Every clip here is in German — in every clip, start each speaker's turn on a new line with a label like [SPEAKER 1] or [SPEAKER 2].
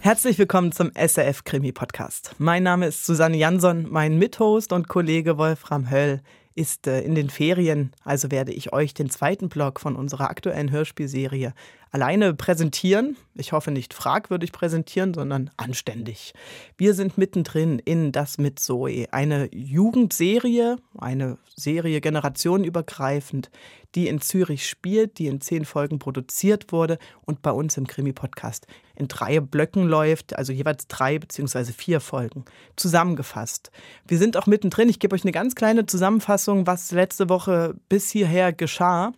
[SPEAKER 1] Herzlich willkommen zum SRF Krimi Podcast. Mein Name ist Susanne Jansson, mein Mithost und Kollege Wolfram Höll ist äh, in den Ferien, also werde ich euch den zweiten Block von unserer aktuellen Hörspielserie alleine präsentieren. Ich hoffe nicht fragwürdig präsentieren, sondern anständig. Wir sind mittendrin in Das mit Zoe, eine Jugendserie, eine Serie generationenübergreifend, die in Zürich spielt, die in zehn Folgen produziert wurde und bei uns im Krimi-Podcast in drei Blöcken läuft, also jeweils drei beziehungsweise vier Folgen zusammengefasst. Wir sind auch mittendrin. Ich gebe euch eine ganz kleine Zusammenfassung, was letzte Woche bis hierher geschah.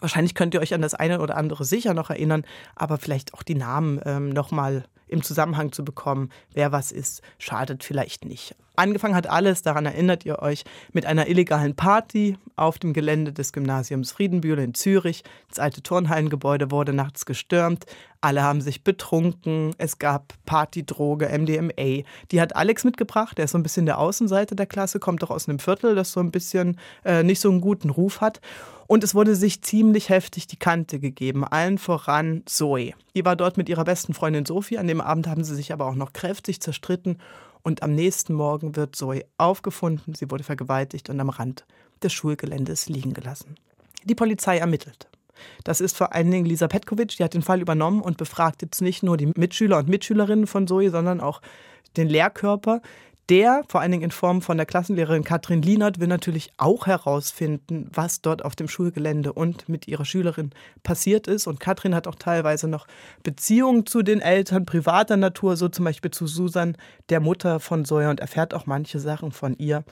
[SPEAKER 1] Wahrscheinlich könnt ihr euch an das eine oder andere sicher noch erinnern, aber vielleicht auch die Namen ähm, nochmal im Zusammenhang zu bekommen, wer was ist, schadet vielleicht nicht. Angefangen hat alles, daran erinnert ihr euch, mit einer illegalen Party auf dem Gelände des Gymnasiums Friedenbühle in Zürich. Das alte Turnhallengebäude wurde nachts gestürmt. Alle haben sich betrunken. Es gab Partydroge, MDMA. Die hat Alex mitgebracht. Der ist so ein bisschen der Außenseite der Klasse, kommt doch aus einem Viertel, das so ein bisschen äh, nicht so einen guten Ruf hat. Und es wurde sich ziemlich heftig die Kante gegeben. Allen voran Zoe. Die war dort mit ihrer besten Freundin Sophie. An dem Abend haben sie sich aber auch noch kräftig zerstritten. Und am nächsten Morgen wird Zoe aufgefunden. Sie wurde vergewaltigt und am Rand des Schulgeländes liegen gelassen. Die Polizei ermittelt. Das ist vor allen Dingen Lisa Petkovic, die hat den Fall übernommen und befragt jetzt nicht nur die Mitschüler und Mitschülerinnen von Zoe, sondern auch den Lehrkörper. Der, vor allen Dingen in Form von der Klassenlehrerin Katrin Lienert, will natürlich auch herausfinden, was dort auf dem Schulgelände und mit ihrer Schülerin passiert ist. Und Katrin hat auch teilweise noch Beziehungen zu den Eltern privater Natur, so zum Beispiel zu Susan, der Mutter von Zoe, und erfährt auch manche Sachen von ihr.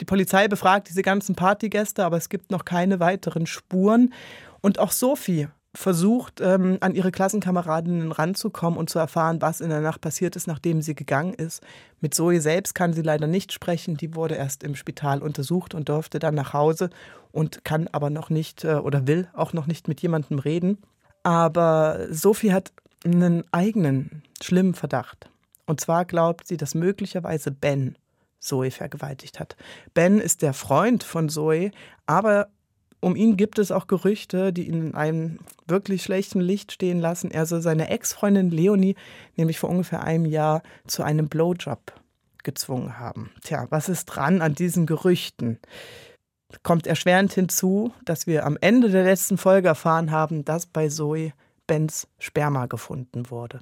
[SPEAKER 1] Die Polizei befragt diese ganzen Partygäste, aber es gibt noch keine weiteren Spuren. Und auch Sophie versucht, ähm, an ihre Klassenkameradinnen ranzukommen und zu erfahren, was in der Nacht passiert ist, nachdem sie gegangen ist. Mit Zoe selbst kann sie leider nicht sprechen. Die wurde erst im Spital untersucht und durfte dann nach Hause und kann aber noch nicht äh, oder will auch noch nicht mit jemandem reden. Aber Sophie hat einen eigenen schlimmen Verdacht. Und zwar glaubt sie, dass möglicherweise Ben Zoe vergewaltigt hat. Ben ist der Freund von Zoe, aber um ihn gibt es auch Gerüchte, die ihn in einem wirklich schlechten Licht stehen lassen. Er soll seine Ex-Freundin Leonie nämlich vor ungefähr einem Jahr zu einem Blowjob gezwungen haben. Tja, was ist dran an diesen Gerüchten? Kommt erschwerend hinzu, dass wir am Ende der letzten Folge erfahren haben, dass bei Zoe Bens Sperma gefunden wurde.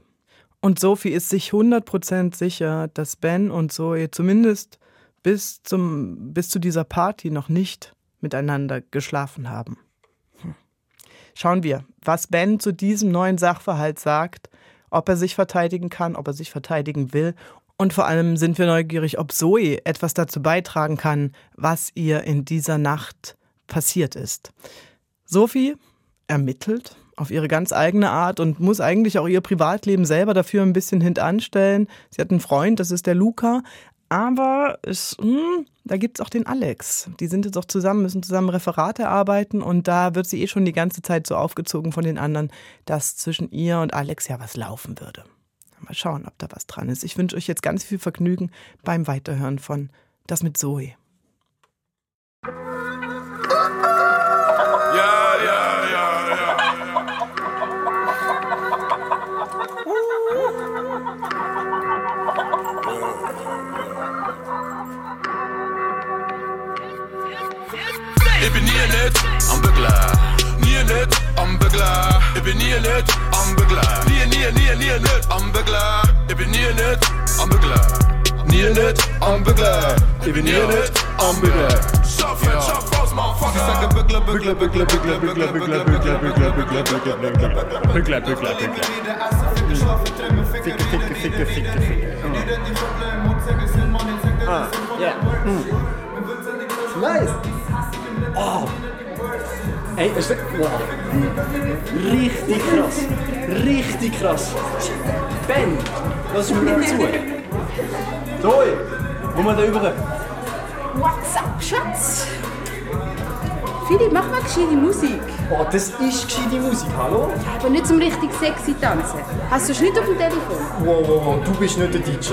[SPEAKER 1] Und Sophie ist sich 100% sicher, dass Ben und Zoe zumindest bis, zum, bis zu dieser Party noch nicht miteinander geschlafen haben. Hm. Schauen wir, was Ben zu diesem neuen Sachverhalt sagt, ob er sich verteidigen kann, ob er sich verteidigen will. Und vor allem sind wir neugierig, ob Zoe etwas dazu beitragen kann, was ihr in dieser Nacht passiert ist. Sophie ermittelt auf ihre ganz eigene Art und muss eigentlich auch ihr Privatleben selber dafür ein bisschen hintanstellen. Sie hat einen Freund, das ist der Luca, aber es, hm, da gibt es auch den Alex. Die sind jetzt auch zusammen, müssen zusammen Referate arbeiten und da wird sie eh schon die ganze Zeit so aufgezogen von den anderen, dass zwischen ihr und Alex ja was laufen würde. Mal schauen, ob da was dran ist. Ich wünsche euch jetzt ganz viel Vergnügen beim Weiterhören von Das mit Zoe.
[SPEAKER 2] Ja, ja, ja, ja. Ik ben hier net, am beglaar. Hier net, am beglaar. Ik ben hier net, am beglaar. Hier, hier, hier, hier net, am beglaar. Ik ben hier net, am beglaar. Hier net, am beglaar. Ik ben hier net, am beglaar. Schaff het, schaff aus, motherfucker. Sie sagen beglaar, beglaar, beglaar, beglaar, beglaar, beglaar, beglaar, beglaar, beglaar, beglaar, beglaar, beglaar.
[SPEAKER 3] Beglaar, beglaar, beglaar. Ficke, ficke, ficke, ficke, ficke. Ah, ja. Nice. Oh. Ey, is dat... Wow. Richtig krass. Richtig krass. Ben, was ist mit dir zu? Toi, komm mal da rüber.
[SPEAKER 4] What's up, Schatz? Philipp, mach mal gescheite Musik.
[SPEAKER 3] Oh, das ist gescheite Musik, hallo?
[SPEAKER 4] Aber nicht zum richtig sexy Tanzen. Hast du es nicht auf dem Telefon?
[SPEAKER 3] Wow, wow, wow, du bist nicht der DJ.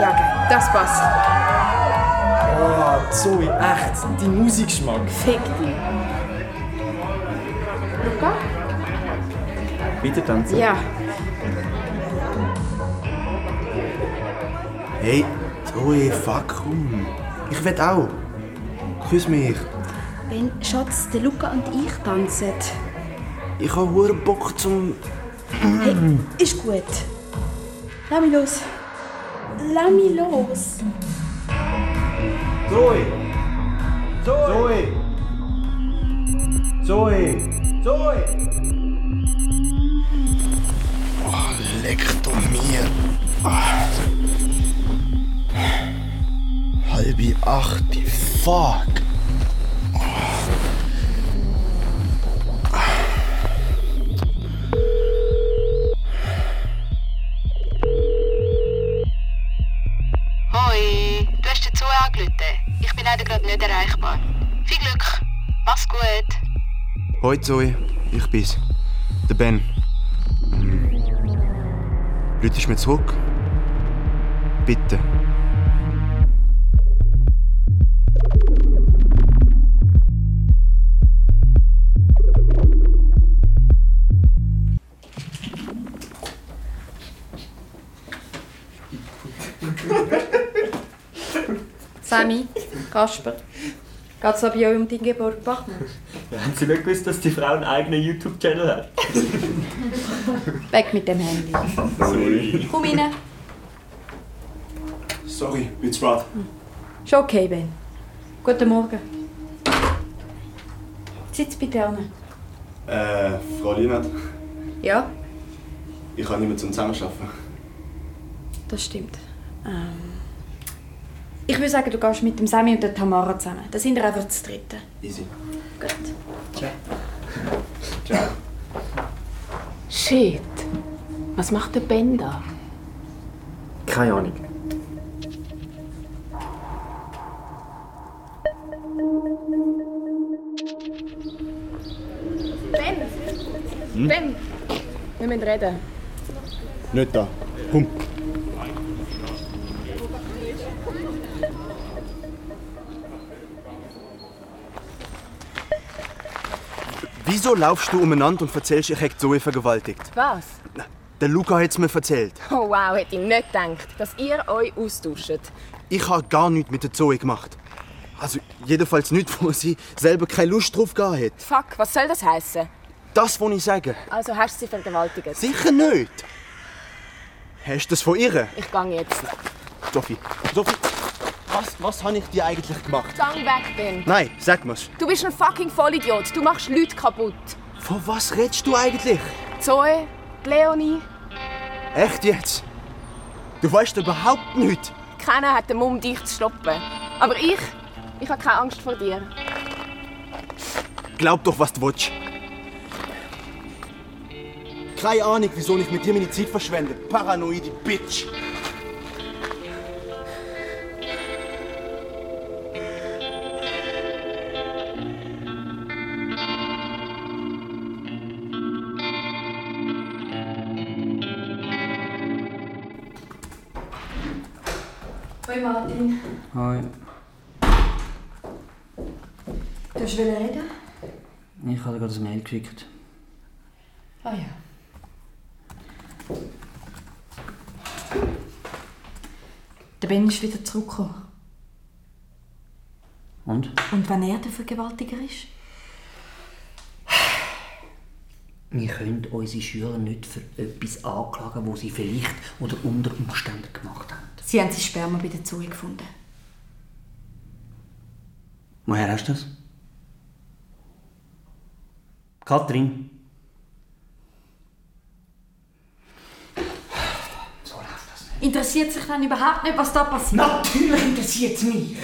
[SPEAKER 4] Ja, geil. Das passt.
[SPEAKER 3] Ah, Zoe, echt, dein Musikgeschmack.
[SPEAKER 4] Fick dich. Luca?
[SPEAKER 5] Weiter tanzen.
[SPEAKER 4] Ja,
[SPEAKER 6] Hey, Zoe, fuck, komm. Ich will auch. Küss mich.
[SPEAKER 4] wenn Schatz, der Luca und ich tanzen.
[SPEAKER 6] Ich habe hohen Bock zum...
[SPEAKER 4] Hey, ist gut. Lass mich los. Lass mich los.
[SPEAKER 5] Zoe! Zoe! Zoe! Zoe!
[SPEAKER 6] Oh, Leckt um mir. Ah. Halbe acht, die fuck.
[SPEAKER 7] Hoi, du hast dazu angerufen. Ich bin leider gerade nicht erreichbar. Viel Glück, mach's gut.
[SPEAKER 6] Hoi Zoe, ich bin's. Der Ben. Hm. Rütest mir zurück? Bitte.
[SPEAKER 8] Sammy, Kasper, geht's noch bei euch um die Ingeborg Bachmann?
[SPEAKER 5] Haben Sie nicht gewusst, dass die Frau einen eigenen YouTube-Channel hat?
[SPEAKER 8] Weg mit dem Handy. Komm rein.
[SPEAKER 6] Sorry, bin zu spät.
[SPEAKER 8] Ist okay, Ben. Guten Morgen. Sitz bitte an.
[SPEAKER 6] Äh, Frau Lienert,
[SPEAKER 8] Ja,
[SPEAKER 6] ich kann nicht mehr zum Zusammenarbeiten.
[SPEAKER 8] das stimmt. Ähm, ich würde sagen, du gehst mit dem Sammy und der Tamara zusammen. Da sind wir einfach zu dritten.
[SPEAKER 6] Easy.
[SPEAKER 8] Gut.
[SPEAKER 6] Ciao.
[SPEAKER 9] Shit. Was macht der Ben da?
[SPEAKER 5] Keine Ahnung.
[SPEAKER 6] Hm?
[SPEAKER 9] Ben, wir müssen reden.
[SPEAKER 6] Nicht da. Komm. Wieso laufst du umeinander und erzählst, ich hätte Zoe vergewaltigt?
[SPEAKER 9] Was?
[SPEAKER 6] Der Luca hat's mir erzählt.
[SPEAKER 9] Oh wow, hätte ich nicht gedacht, dass ihr euch austauscht.
[SPEAKER 6] Ich habe gar nichts mit der Zoe gemacht. Also jedenfalls nichts, wo sie selber keine Lust drauf gehabt hat.
[SPEAKER 9] Fuck, was soll das heißen?
[SPEAKER 6] Das, was ich sage.
[SPEAKER 9] Also hast du sie vergewaltigt?
[SPEAKER 6] Sicher nicht. Hast du das von ihr?
[SPEAKER 9] Ich gehe jetzt.
[SPEAKER 6] Sophie, Sophie, was, was habe ich dir eigentlich gemacht?
[SPEAKER 9] Gang weg, Ben.
[SPEAKER 6] Nein, sag mir's.
[SPEAKER 9] Du bist ein fucking Vollidiot. Du machst Leute kaputt.
[SPEAKER 6] Von was redest du eigentlich?
[SPEAKER 9] Zoe, die Leonie,
[SPEAKER 6] Echt jetzt? Du weißt überhaupt nichts.
[SPEAKER 9] keiner hat den Mumm, dich zu stoppen. Aber ich, ich habe keine Angst vor dir.
[SPEAKER 6] Glaub doch, was du willst. Keine Ahnung, wieso ich mit dir meine Zeit verschwende. Paranoide Bitch.
[SPEAKER 8] Hoi Martin.
[SPEAKER 10] Hi,
[SPEAKER 8] Du wolltest reden?
[SPEAKER 10] ich habe gerade ein Mail geschickt.
[SPEAKER 8] Ah ja. Der Ben ist wieder zurückgekommen.
[SPEAKER 10] Und?
[SPEAKER 8] Und wenn er der Vergewaltiger ist?
[SPEAKER 10] Wir können unsere Schüler nicht für etwas anklagen, wo sie vielleicht oder unter Umständen gemacht haben.
[SPEAKER 8] Sie haben sein Sperma bei der Zoe gefunden.
[SPEAKER 10] Woher hast du das? Katrin? So läuft das nicht.
[SPEAKER 8] Interessiert sich dann überhaupt nicht, was da passiert?
[SPEAKER 10] Natürlich interessiert es mich!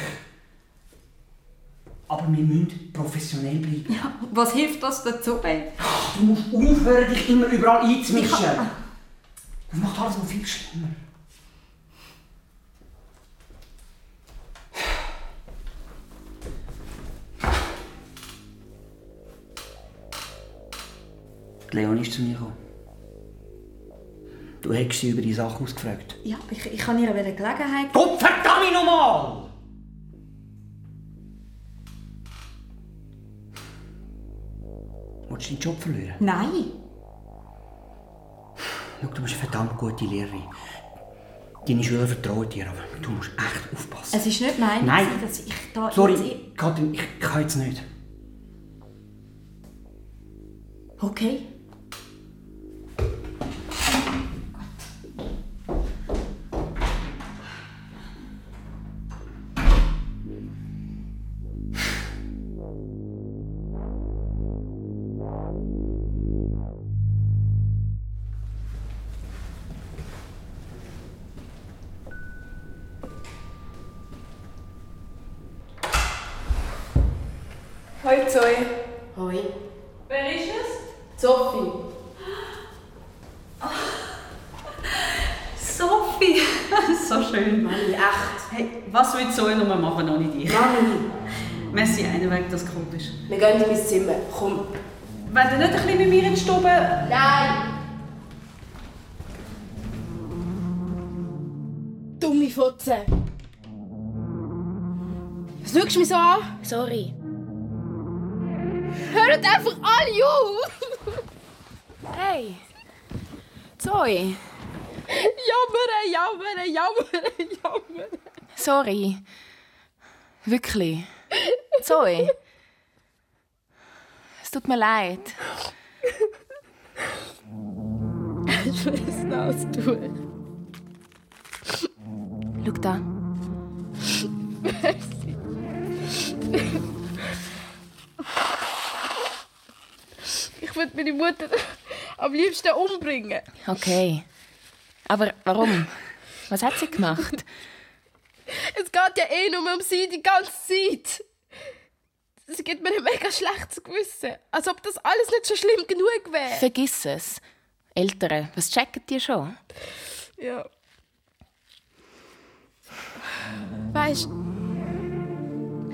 [SPEAKER 10] Aber wir müssen professionell bleiben.
[SPEAKER 8] Was hilft das dazu, Ben?
[SPEAKER 10] Du musst aufhören, dich immer überall einzumischen. Das macht alles noch viel schlimmer. Die Leon ist zu mir gekommen. Du hättest sie über die Sache ausgefragt.
[SPEAKER 8] Ja, ich, ich kann ihr wieder Gelegenheit.
[SPEAKER 10] Gott verdammt nochmal! Willst du deinen Job verlieren?
[SPEAKER 8] Nein!
[SPEAKER 10] Schau, du bist eine verdammt gute Lehrerin. Deine Schüler vertrauen dir, aber du musst echt aufpassen.
[SPEAKER 8] Es ist nicht mein,
[SPEAKER 10] Nein.
[SPEAKER 8] dass ich da jetzt-
[SPEAKER 10] Sorry, Katrin, ich kann jetzt nicht.
[SPEAKER 8] Okay.
[SPEAKER 11] Hoi Zoe.
[SPEAKER 8] Hoi.
[SPEAKER 11] Wer ist es? Sophie.
[SPEAKER 12] Sophie, so schön. Manni, echt. Hey, was will Zoe noch mal machen ohne dich?
[SPEAKER 11] Manni.
[SPEAKER 12] Messi, einen Weg, das kommt ist.
[SPEAKER 11] Wir gehen in mein Zimmer. Komm.
[SPEAKER 12] Wenn du nicht ein bisschen mit mir in die Stube...
[SPEAKER 11] Nein. Dumme Fotze. Was schaust du mich so an? Sorry. Hört einfach alle auf!
[SPEAKER 9] Hey, Zoe.
[SPEAKER 11] Jammern, jammern, jammern, jammern.
[SPEAKER 9] Sorry. Wirklich. Zoe. Es tut mir leid.
[SPEAKER 11] Ich will es auszutun.
[SPEAKER 9] Schau da.
[SPEAKER 11] Ich würde meine Mutter am liebsten umbringen.
[SPEAKER 9] Okay. Aber warum? Was hat sie gemacht?
[SPEAKER 11] Es geht ja eh nur um sie die ganze Zeit. Sie gibt mir ein mega schlechtes Gewissen. Als ob das alles nicht schon schlimm genug wäre.
[SPEAKER 9] Vergiss es. Eltern, was checken die schon?
[SPEAKER 11] Ja. Weißt du.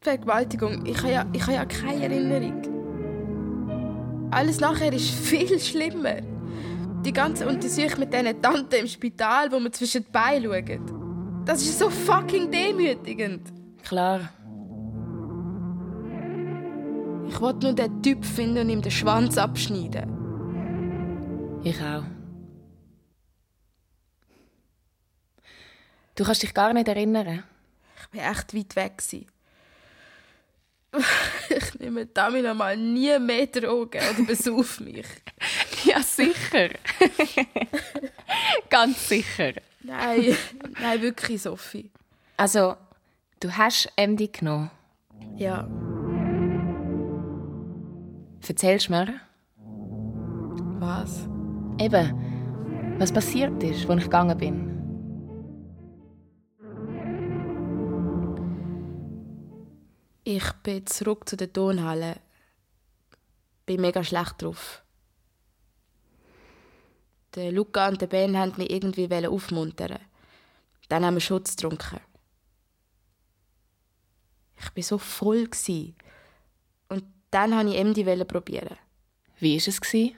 [SPEAKER 11] Vergewaltigung. Ich habe ja, ich habe ja keine Erinnerung. Alles nachher ist viel schlimmer. Die ganze Untersuchung mit diesen Tante im Spital, wo man zwischen die Beine schaut. Das ist so fucking demütigend.
[SPEAKER 9] Klar.
[SPEAKER 11] Ich wollte nur den Typ finden und ihm den Schwanz abschneiden.
[SPEAKER 9] Ich auch. Du kannst dich gar nicht erinnern.
[SPEAKER 11] Ich war echt weit weg. gewesen. Ich nehme Tamina mal nie mehr Drogen oder besauf mich.
[SPEAKER 9] ja, sicher. Ganz sicher.
[SPEAKER 11] Nein, nein, wirklich, Sophie.
[SPEAKER 9] Also, du hast MD genommen.
[SPEAKER 11] Ja.
[SPEAKER 9] Erzählst mir?
[SPEAKER 11] Was?
[SPEAKER 9] Eben, was passiert ist, als ich gegangen bin.
[SPEAKER 11] Ich bin zurück zu der Tonhalle. Bin mega schlecht drauf. Der Luca und der Ben haben mich irgendwie wollen aufmuntern. Dann haben wir Schutz getrunken. Ich war so voll. gsi Und dann wollte ich MD probieren.
[SPEAKER 9] Wie war es? gsi?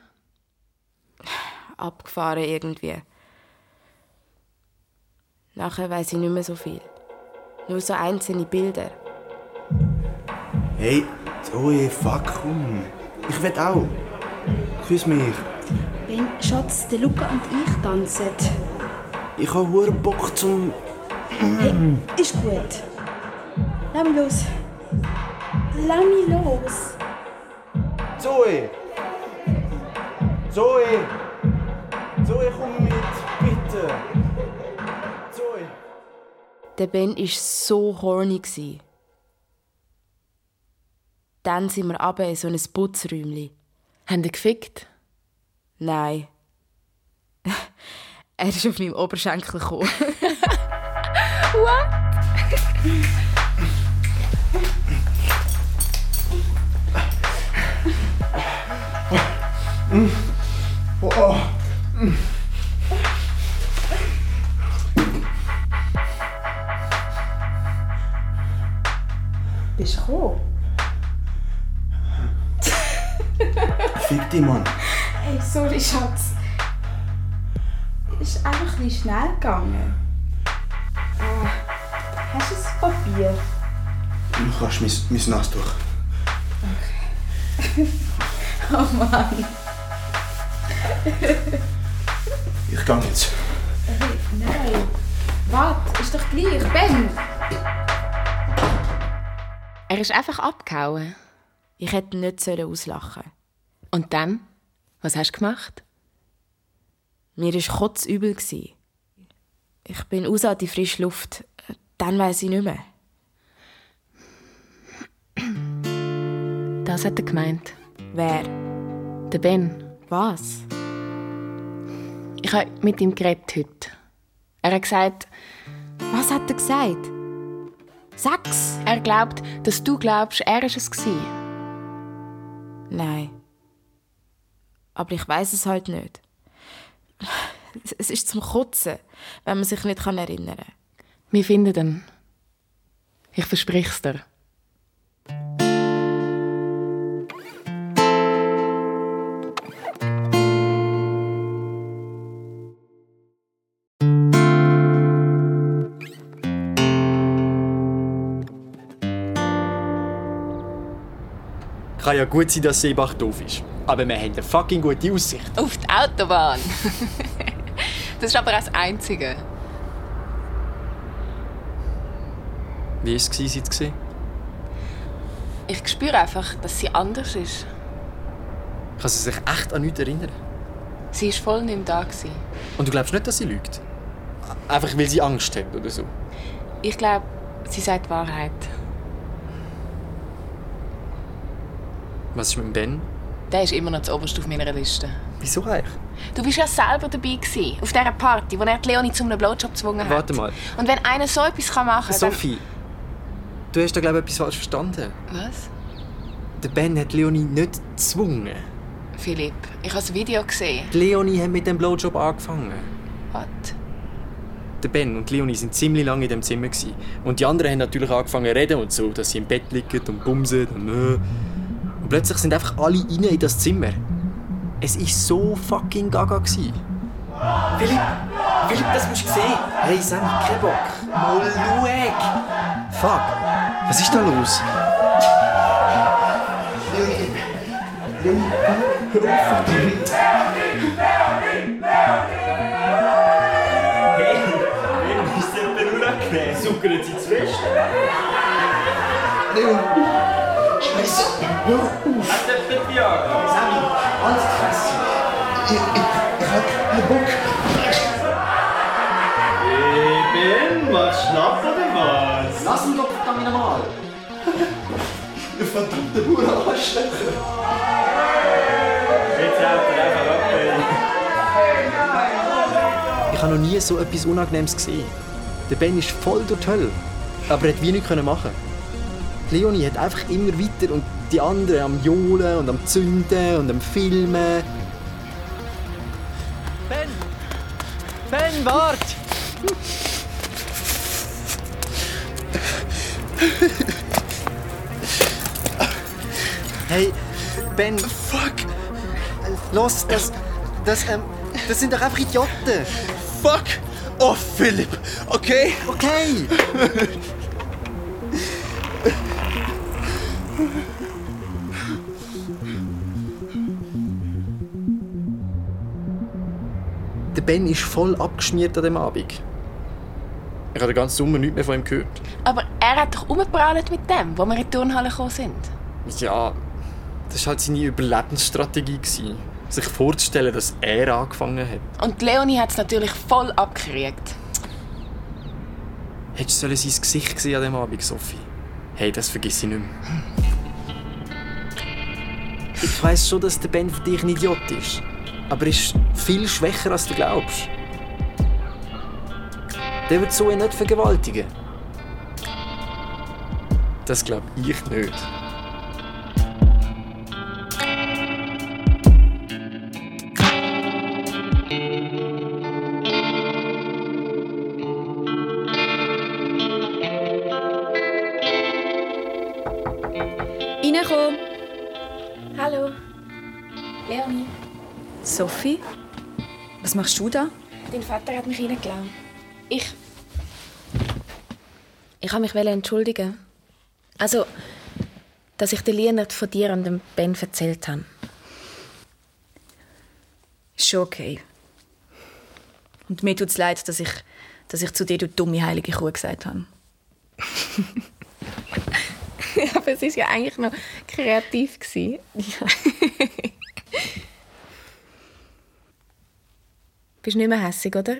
[SPEAKER 11] Abgefahren irgendwie. Nachher weiss ich nicht mehr so viel. Nur so einzelne Bilder.
[SPEAKER 6] Hey, Zoe, fuck, komm. Ich will auch. Küss mich.
[SPEAKER 4] Ben, Schatz, der Luca und ich tanzen.
[SPEAKER 6] Ich habe hohen Bock zum...
[SPEAKER 4] Ist gut. Lass mich los. Lass mich los.
[SPEAKER 6] Zoe! Zoe! Zoe, komm mit, bitte! Zoe!
[SPEAKER 11] Der Ben war so horny. gsi. Dann sind wir runter in so ein Putzräumchen.
[SPEAKER 9] Haben die gefickt?
[SPEAKER 11] Nein. er ist auf meinem Oberschenkel gekommen.
[SPEAKER 6] Hm. Oh.
[SPEAKER 4] Bist du gekommen?
[SPEAKER 6] Fick dich, Mann.
[SPEAKER 4] Hey, sorry, Schatz. Ist einfach ein bisschen schnell gegangen. Ah, hast du ein Papier?
[SPEAKER 6] Du kannst mein, mein Nastuch.
[SPEAKER 4] Oh Mann.
[SPEAKER 6] Ich gang jetzt.
[SPEAKER 4] Hey, nein. Warte, ist doch gleich. Ben!
[SPEAKER 9] Er ist einfach abgehauen. Ich hätte ihn nicht auslachen Und dann? Was hast du gemacht?
[SPEAKER 11] Mir war kotzübel. gsi. Ich bin raus an die frische Luft. Dann weiß ich nicht mehr.
[SPEAKER 9] Das hat er gemeint.
[SPEAKER 11] Wer?
[SPEAKER 9] Der Ben.
[SPEAKER 11] Was?
[SPEAKER 9] Ich habe mit ihm geredet heute. Er hat gesagt...
[SPEAKER 11] Was hat er gesagt? Sechs?
[SPEAKER 9] Er glaubt, dass du glaubst, er war es. gewesen.
[SPEAKER 11] Nein. Aber ich weiß es halt nicht. Es- Es ist zum Kotzen, wenn man sich nicht kann erinnern kann.
[SPEAKER 9] Wir finden ihn. Ich versprich's dir.
[SPEAKER 3] Kann ja gut sein, dass Seebach doof ist. Aber wir haben eine fucking gute Aussicht.
[SPEAKER 9] Auf die Autobahn. das ist aber das Einzige.
[SPEAKER 3] Wie war es, gewesen, seit du gesehen
[SPEAKER 9] Ich spüre einfach, dass sie anders ist.
[SPEAKER 3] Kann sie sich echt an nichts erinnern?
[SPEAKER 9] Sie war voll nicht mehr da. Gewesen.
[SPEAKER 3] Und du glaubst nicht, dass sie lügt? Einfach weil sie Angst hat oder so.
[SPEAKER 9] Ich glaube, sie sagt die Wahrheit.
[SPEAKER 3] Was ist mit dem Ben?
[SPEAKER 9] Der ist immer noch zu oberst auf meiner Liste.
[SPEAKER 3] Wieso eigentlich?
[SPEAKER 9] Du bist ja selber dabei gewesen, auf dieser Party, wo er die Leonie zu einem Blowjob gezwungen hat.
[SPEAKER 3] Warte mal.
[SPEAKER 9] Und wenn einer so etwas kann machen kann,
[SPEAKER 3] Sophie, du hast da glaube ich etwas falsch verstanden.
[SPEAKER 9] dann... Was?
[SPEAKER 3] Der Ben hat Leonie nicht gezwungen.
[SPEAKER 9] Philipp, ich habe das Video gesehen.
[SPEAKER 3] Die Leonie hat mit dem Blowjob angefangen.
[SPEAKER 9] Was?
[SPEAKER 3] Der Ben und Leonie sind ziemlich lange in dem Zimmer gewesen. und die anderen haben natürlich angefangen zu reden und so, dass sie im Bett liegen und bumsen und äh. und plötzlich sind einfach alle rein in das Zimmer. Es ist so fucking gaga gewesen. Philipp, Philipp, das musst du sehen. Hey Sammy, kein Bock. Mal schau. Fuck, was ist da los?
[SPEAKER 5] Ist der Peru unangenehm? Suckern Sie zu fest?
[SPEAKER 13] Scheiße, hör auf! Hat der Viagra? Sami, alles krass! Ich, ich, ich hab keinen Bock!
[SPEAKER 5] Eben, mal schlapp oder was?
[SPEAKER 6] Lass ihn doch verdammt mal!
[SPEAKER 5] Ihr verdammte Hurenarschlöcher! Jetzt haut er einfach ab,
[SPEAKER 3] Ich habe noch nie so etwas Unangenehmes gesehen. Der Ben ist voll durch die Hölle, aber er hat wie nichts können machen. Die Leonie hat einfach immer weiter und die anderen am Johlen und am Zünden und am Filmen.
[SPEAKER 13] Ben! Ben, wart!
[SPEAKER 3] Hey, Ben! Fuck! Los, das. Das, ähm, das sind doch einfach Idioten!
[SPEAKER 13] Fuck off, Philipp! Okay?
[SPEAKER 3] Okay! Der Ben ist voll abgeschmiert an dem Abend. Ich habe den ganzen Sommer nichts mehr von ihm gehört.
[SPEAKER 9] Aber er hat doch umgeprallt mit dem, wo wir in die Turnhalle gekommen sind.
[SPEAKER 3] Ja, das war halt seine Überlebensstrategie. Gewesen, sich vorzustellen, dass er angefangen hat.
[SPEAKER 9] Und die Leonie hat es natürlich voll abgekriegt.
[SPEAKER 3] Hättest du sollen sein Gesicht gesehen an dem Abend, Sophie? Hey, das vergiss ich nicht mehr. Ich weiss schon, dass der Ben für dich ein Idiot ist. Aber er ist viel schwächer, als du glaubst. Der wird so nicht vergewaltigen. Das glaub ich nicht.
[SPEAKER 11] Reinkommen!
[SPEAKER 4] Hallo. Leonie,
[SPEAKER 11] Sophie? Was machst du da?
[SPEAKER 4] dein Vater hat mich reingelassen. Ich.
[SPEAKER 11] Ich wollte mich entschuldigen. Also, dass ich den Lienert von dir und dem Ben erzählt habe.
[SPEAKER 8] Ist schon okay. Und mir tut es leid, dass ich, dass ich zu dir, du dumme heilige Kuh, gesagt habe.
[SPEAKER 9] Aber es war ja eigentlich noch kreativ. Gewesen. Bist nicht mehr hässig, oder?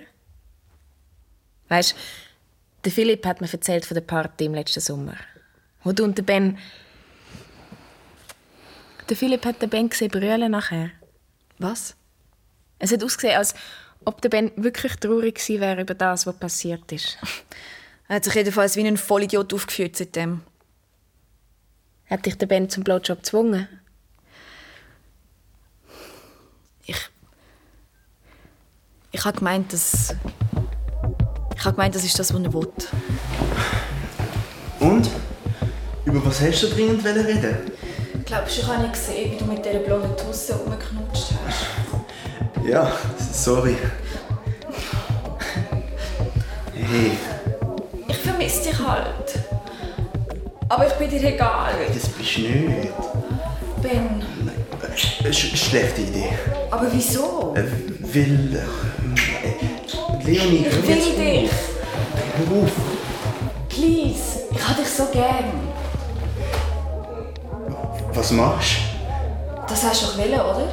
[SPEAKER 9] Weißt, der Philipp hat mir erzählt von der Party im letzten Sommer. Wo du und der Ben. Der Philipp hat den Ben gesehen brüllen nachher. Was? Es hat ausgesehen, als ob der Ben wirklich traurig gewesen wäre über das, was passiert ist.
[SPEAKER 8] Er hat sich jedenfalls wie ein Vollidiot aufgeführt seitdem.
[SPEAKER 9] Hat dich der Ben zum Blowjob gezwungen?
[SPEAKER 8] Ich. Ich habe gemeint, dass. Ich habe gemeint, das ist das, was er will.
[SPEAKER 6] Und? Über was hast du dringend wollen reden?
[SPEAKER 8] Glaubst du, ich habe nicht gesehen, wie du mit dieser blonden Tusse rumgeknutscht hast?
[SPEAKER 6] Ja, sorry. Hey,
[SPEAKER 8] Ich vermisse dich halt. Aber ich bin dir egal.
[SPEAKER 6] das bist nicht.
[SPEAKER 8] Ben,
[SPEAKER 6] Sch schlechte Idee.
[SPEAKER 8] aber wieso?
[SPEAKER 6] Äh, weil. Äh, Leonie,
[SPEAKER 8] Ich
[SPEAKER 6] hör
[SPEAKER 8] will
[SPEAKER 6] jetzt
[SPEAKER 8] dich.
[SPEAKER 6] auf. Hör auf.
[SPEAKER 8] Please, ich habe dich so gern.
[SPEAKER 6] Was machst
[SPEAKER 8] Das hast du doch wollen, oder?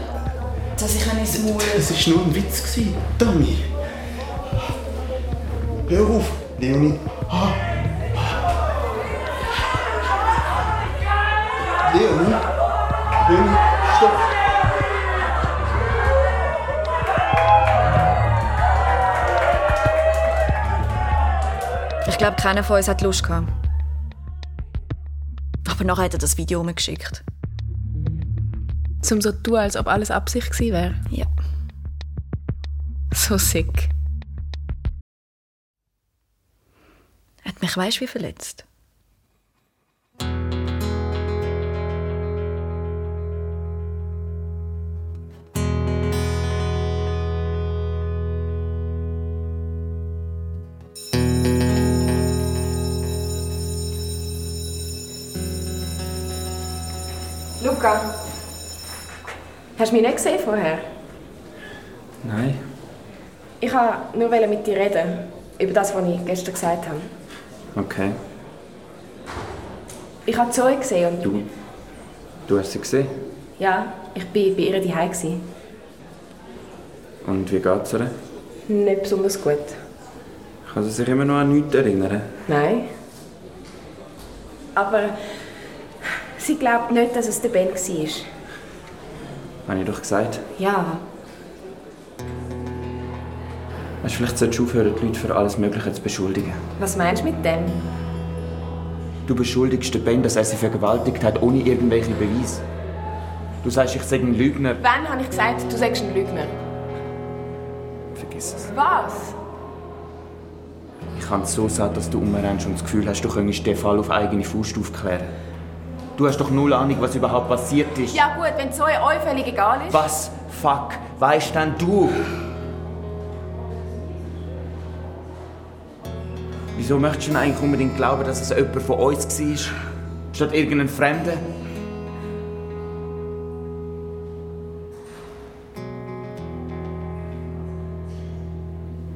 [SPEAKER 8] Dass ich an ins Maul...
[SPEAKER 6] Es war nur ein Witz, gewesen, Tommy. Hör auf, Leonie. Ah. Leonie? Leonie, stopp.
[SPEAKER 8] Ich glaube, keiner von uns hat Lust gehabt. Aber nachher hat er das Video umgeschickt.
[SPEAKER 9] Zum so zu tun, als ob alles Absicht gewesen wäre?
[SPEAKER 8] Ja.
[SPEAKER 9] So sick.
[SPEAKER 8] Hat mich weißt wie verletzt.
[SPEAKER 9] Luca, hast du mich nicht gesehen vorher?
[SPEAKER 14] Nein.
[SPEAKER 9] Ich wollte nur mit dir reden, über das, was ich gestern gesagt habe.
[SPEAKER 14] Okay.
[SPEAKER 9] Ich habe Zoe gesehen und
[SPEAKER 14] Du. Du hast sie gesehen.
[SPEAKER 9] ja, ich war bei ihr daheim. gsi.
[SPEAKER 14] Und wie geht's ihr?
[SPEAKER 9] Nicht besonders gut.
[SPEAKER 14] Kann sie sich immer noch an nichts erinnern?
[SPEAKER 9] Nein. Aber sie glaubt nicht, dass es der Ben war.
[SPEAKER 14] Habe ich doch gesagt.
[SPEAKER 9] Ja,
[SPEAKER 14] Hast du Also vielleicht solltest du aufhören, die Leute für alles Mögliche zu beschuldigen.
[SPEAKER 9] was meinst du mit dem?
[SPEAKER 14] Du beschuldigst den Ben, dass er sie vergewaltigt hat, ohne irgendwelche Beweise. Du sagst, ich sei ein Lügner.
[SPEAKER 9] Wann habe ich gesagt, du sagst ein Lügner?
[SPEAKER 14] Vergiss es.
[SPEAKER 9] Was?
[SPEAKER 14] Ich kann es so sagen, dass du umrennst und das Gefühl hast, du könntest den Fall auf eigene Faust aufklären. Du hast doch null Ahnung, was überhaupt passiert ist.
[SPEAKER 9] Ja gut, wenn Zoe euch völlig egal ist.
[SPEAKER 14] Was fuck weißt denn du? Wieso möchtest du denn eigentlich unbedingt glauben, dass es jemand von uns war? Statt irgendein Fremder?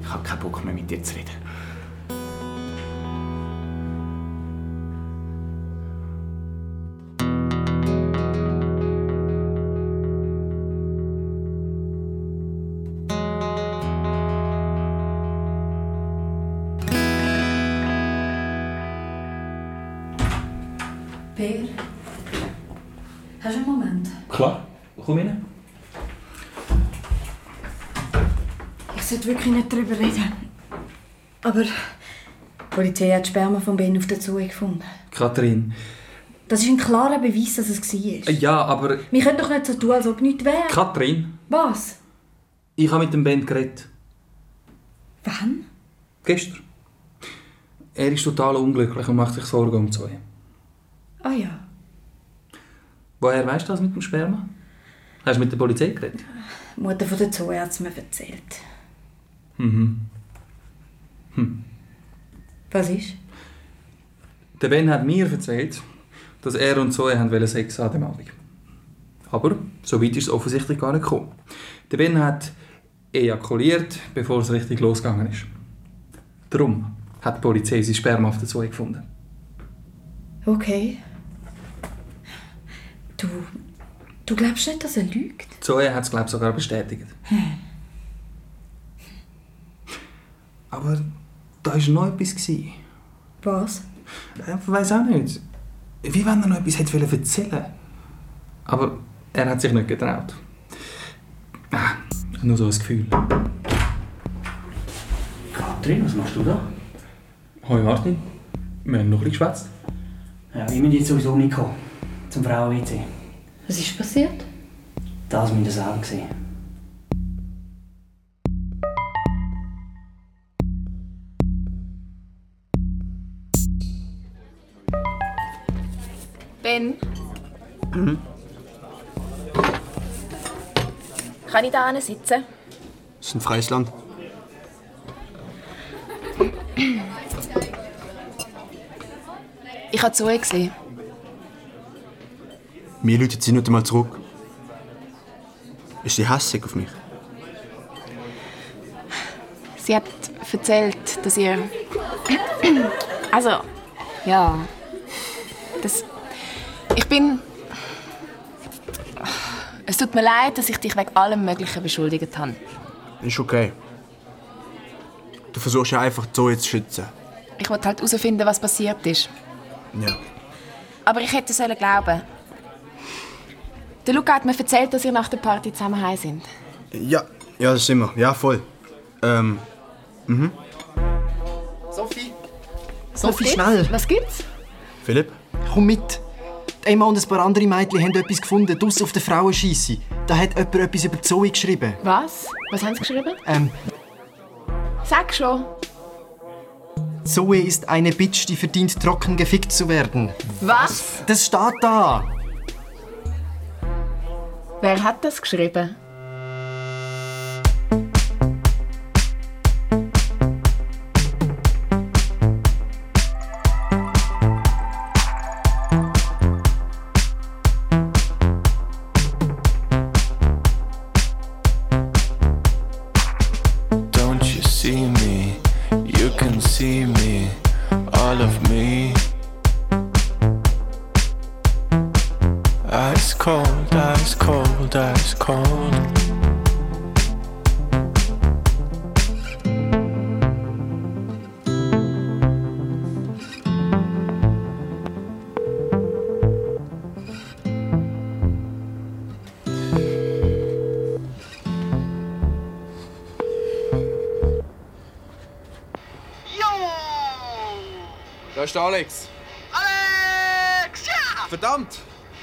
[SPEAKER 14] Ich habe keinen Bock mehr mit dir zu reden.
[SPEAKER 15] Per, hast du einen Moment?
[SPEAKER 16] Klar, komm rein.
[SPEAKER 15] Ich sollte wirklich nicht darüber reden. Aber die Polizei hat die Sperma von Ben auf der Zoe gefunden.
[SPEAKER 16] Kathrin.
[SPEAKER 15] Das ist ein klarer Beweis, dass es war.
[SPEAKER 16] Eh, Ja, aber.
[SPEAKER 15] Wir können doch nicht so tun, als ob nichts wäre.
[SPEAKER 16] Kathrin,
[SPEAKER 15] Was?
[SPEAKER 16] ich habe mit dem Ben geredet.
[SPEAKER 15] Wann?
[SPEAKER 16] Gestern. Er ist total unglücklich und macht sich Sorgen um Zoe.
[SPEAKER 15] Ah ja.
[SPEAKER 16] Woher weißt du das mit dem Sperma? Hast du mit der Polizei geredet?
[SPEAKER 15] Die Mutter von der Zoe hat es mir erzählt.
[SPEAKER 16] Mhm.
[SPEAKER 15] Was ist?
[SPEAKER 16] Der Ben hat mir erzählt, dass er und Zoe haben wollen Sex an dem Abend. Aber so weit ist es offensichtlich gar nicht gekommen. Der Ben hat ejakuliert, bevor es richtig losgegangen ist. Darum hat die Polizei sein Sperma auf der Zoe gefunden.
[SPEAKER 8] Okay. Du. Du glaubst nicht, dass er lügt?
[SPEAKER 16] Die Zoe hat es, glaube ich, sogar bestätigt. Aber da war noch etwas. Gewesen.
[SPEAKER 8] Was?
[SPEAKER 16] Ich weiß auch nicht. Wie wenn er noch etwas hätte wollen erzählen Aber er hat sich nicht getraut. Ah, nur so ein Gefühl.
[SPEAKER 10] Katrin, was machst du da?
[SPEAKER 16] Hoi Martin, wir haben noch ein bisschen geschwätzt.
[SPEAKER 10] Ja, ich bin jetzt sowieso mitgekommen. Zum Frauen-WC.
[SPEAKER 8] Was ist passiert?
[SPEAKER 10] Das müsste selber gesehen.
[SPEAKER 9] Ben,
[SPEAKER 6] Mhm.
[SPEAKER 9] kann ich da hinten sitzen?
[SPEAKER 6] Das ist ein freies Land.
[SPEAKER 9] Ich habe Zoe gesehen.
[SPEAKER 6] Mir läutet sie nicht einmal zurück. Ist sie hässig auf mich?
[SPEAKER 9] Sie hat erzählt, dass ihr... also, ja. Das... Ich bin... Es tut mir leid, dass ich dich wegen allem Möglichen beschuldigt habe.
[SPEAKER 6] Ist okay. Du versuchst ja einfach so jetzt zu schützen.
[SPEAKER 9] Ich wollte halt herausfinden, was passiert ist.
[SPEAKER 6] Ja.
[SPEAKER 9] Aber ich hätte sollen glauben. Der Luca hat mir erzählt, dass ihr nach der Party zusammen heim sind.
[SPEAKER 6] Ja, ja, das ist immer. Ja, voll. Ähm. Mhm.
[SPEAKER 3] Sophie!
[SPEAKER 9] Sophie,
[SPEAKER 3] schnell!
[SPEAKER 9] Was gibt's?
[SPEAKER 6] Philipp?
[SPEAKER 3] Komm mit! Die Emma und ein paar andere Mädchen haben etwas gefunden, draussen auf der Frauenscheisse. Da hat jemand etwas über die Zoe geschrieben.
[SPEAKER 9] Was? Was haben sie geschrieben?
[SPEAKER 3] Ähm,
[SPEAKER 9] Sag schon.
[SPEAKER 3] Zoe ist eine Bitch, die verdient, trocken gefickt zu werden.
[SPEAKER 9] Was?
[SPEAKER 3] Das steht da!
[SPEAKER 9] Wer hat das geschrieben?
[SPEAKER 5] Don't you see me? You can see me, all of me. Ice cold, ice cold, ice cold.
[SPEAKER 17] Da ist der Alex. Alex! Ja! Verdammt!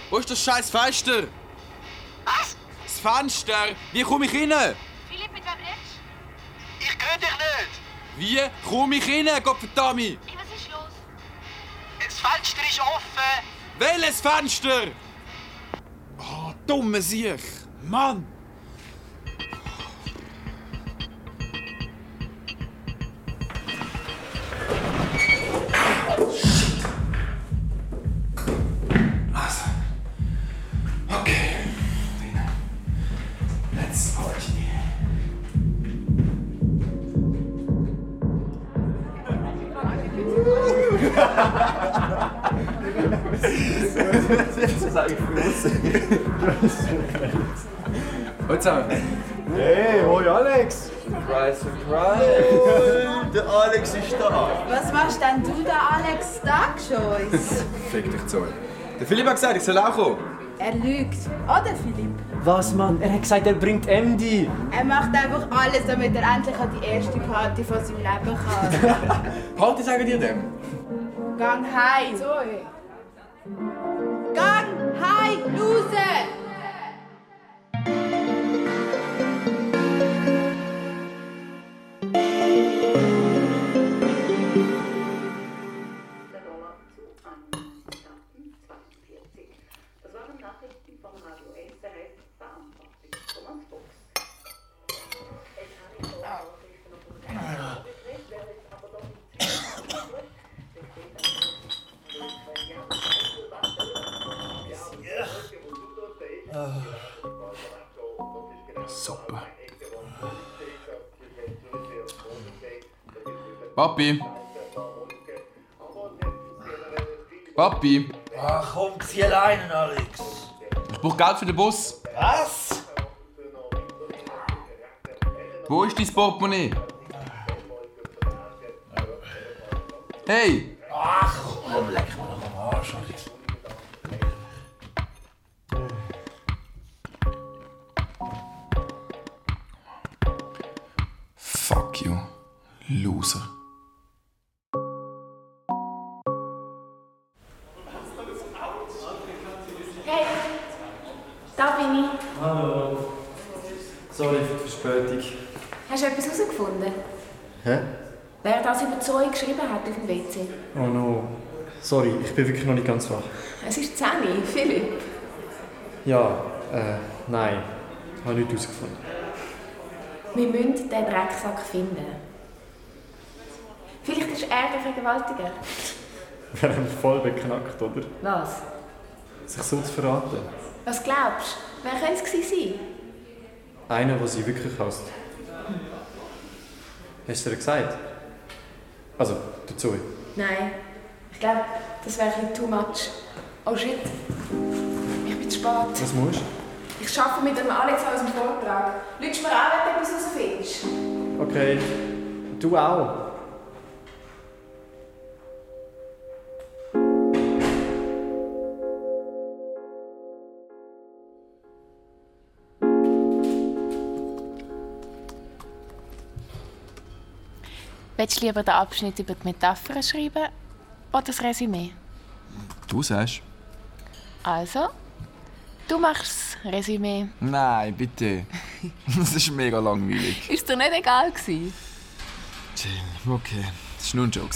[SPEAKER 17] Wo ist das scheiß Fenster? Was? Das Fenster? Wie komme ich rein?
[SPEAKER 18] Philipp, mit wem redest
[SPEAKER 17] Ich höre dich nicht! Wie komme ich rein, Gottverdammt?
[SPEAKER 18] du? Was ist los?
[SPEAKER 17] Das Fenster ist offen! Welches Fenster? Oh, dumme Sieg! Mann! Also. Okay. Let's party.
[SPEAKER 16] Hallo zusammen.
[SPEAKER 4] Hey, hoi Alex!
[SPEAKER 16] Surprise,
[SPEAKER 4] surprise! Der Alex ist da!
[SPEAKER 11] Was machst denn du da, Alex Dagschois?
[SPEAKER 17] Fick dich zu. Der Philipp hat gesagt, ich soll auch kommen.
[SPEAKER 11] Er lügt, oder Philipp?
[SPEAKER 10] Was, Mann? Er hat gesagt, er bringt MD.
[SPEAKER 11] Er macht einfach alles, damit er endlich an die erste Party von seinem Leben kann.
[SPEAKER 17] Party sagen dir dem?
[SPEAKER 11] Gang heim, Zoe. Gang heim, Luse!
[SPEAKER 17] Papi. Papi,
[SPEAKER 5] Ach Ah, komm, zieh alleine, Alex.
[SPEAKER 17] ich brauche Geld für den Bus.
[SPEAKER 5] Was?
[SPEAKER 17] Wo ist dein Portemonnaie? Hey,
[SPEAKER 5] Ach komm, leck mir doch am Arsch, Alex.
[SPEAKER 19] Fuck you, Loser.
[SPEAKER 9] Hey, da bin ich.
[SPEAKER 3] Hallo. Sorry für die Verspätung.
[SPEAKER 9] Hast du etwas herausgefunden?
[SPEAKER 3] Hä?
[SPEAKER 9] Wer das über Zoe geschrieben hat auf dem WC?
[SPEAKER 3] Oh no. Sorry, ich bin wirklich noch nicht ganz wach.
[SPEAKER 9] Es ist Sammy, Philipp.
[SPEAKER 3] Ja, äh, nein. Ich habe nichts herausgefunden.
[SPEAKER 9] Wir müssen den Drecksack finden. Vielleicht ist er der Vergewaltiger.
[SPEAKER 3] Wir haben voll beknackt, oder?
[SPEAKER 9] Was?
[SPEAKER 3] Sich so zu verraten.
[SPEAKER 9] Was glaubst du? Wer könnte es gewesen sein? Hm.
[SPEAKER 3] Einer, der sie wirklich hasst. Hast du ihr gesagt? Also, dazu.
[SPEAKER 9] Nein. Ich glaube, das wäre ein bisschen too much. Oh shit. Ich bin zu spät.
[SPEAKER 3] Was musst
[SPEAKER 9] Ich arbeite mit dem Alex aus dem Vortrag. Lügst mir an, wenn du etwas herausfindest.
[SPEAKER 3] du? Okay. Du auch.
[SPEAKER 9] Willst du lieber den Abschnitt über die Metaphern schreiben oder das Resümee?
[SPEAKER 17] du sagst.
[SPEAKER 9] Also, du machst das Resümee.
[SPEAKER 17] Nein, bitte. Das ist mega langweilig.
[SPEAKER 9] Ist dir nicht egal gewesen?
[SPEAKER 17] Chill, okay. Das war nur ein Joke.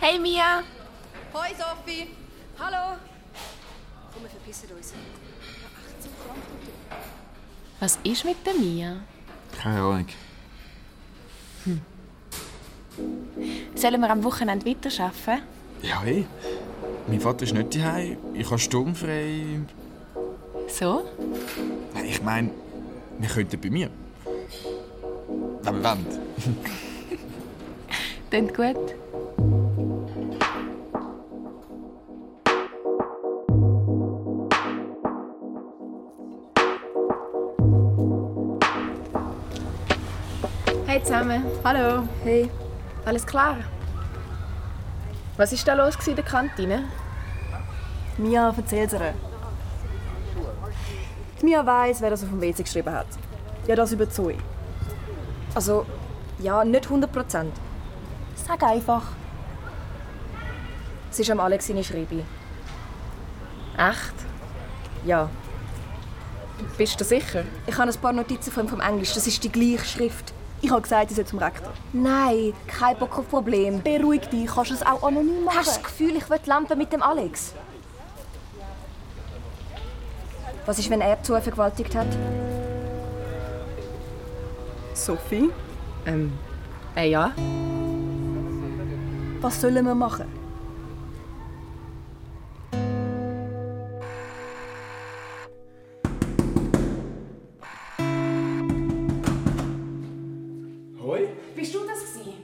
[SPEAKER 9] Hey Mia!
[SPEAKER 20] Hoi Sophie! Hallo! Komm, wir verpissen uns. Ja, echt so krank, du.
[SPEAKER 9] Was ist mit der Mia?
[SPEAKER 17] Keine Ahnung.
[SPEAKER 9] Sollen wir am Wochenende weiterarbeiten?
[SPEAKER 17] Ja, hey. Mein Vater ist nicht daheim. Ich habe sturmfrei.
[SPEAKER 9] So?
[SPEAKER 17] Nein, ich meine, wir könnten bei mir. Aber wir wollen.
[SPEAKER 9] Dann gut. Hey zusammen. Hallo. Hey. Alles klar? Was ist da los gewesen in der Kantine?
[SPEAKER 8] Mia, erzähl's ihr. Die Mia weiss, wer das auf dem WC geschrieben hat. Ja, das über Zoe. Also, ja, nicht 100 Prozent. Sag einfach. Es ist am Alex seine Schreibe. Echt? Ja. Bist du sicher? Ich habe ein paar Notizen von ihm vom Englisch. Das ist die gleiche Schrift. Ich habe gesagt, ich soll zum Rektor.
[SPEAKER 4] Nein, kein Bock auf Problem.
[SPEAKER 8] Beruhig dich, kannst du es auch anonym machen.
[SPEAKER 4] Hast du das Gefühl, ich will die Lampe mit dem Alex?
[SPEAKER 8] Was ist, wenn er zu vergewaltigt hat? Sophie?
[SPEAKER 4] Ähm, äh ja.
[SPEAKER 8] Was sollen wir machen?
[SPEAKER 21] Hoi?
[SPEAKER 22] Bist du das gewesen?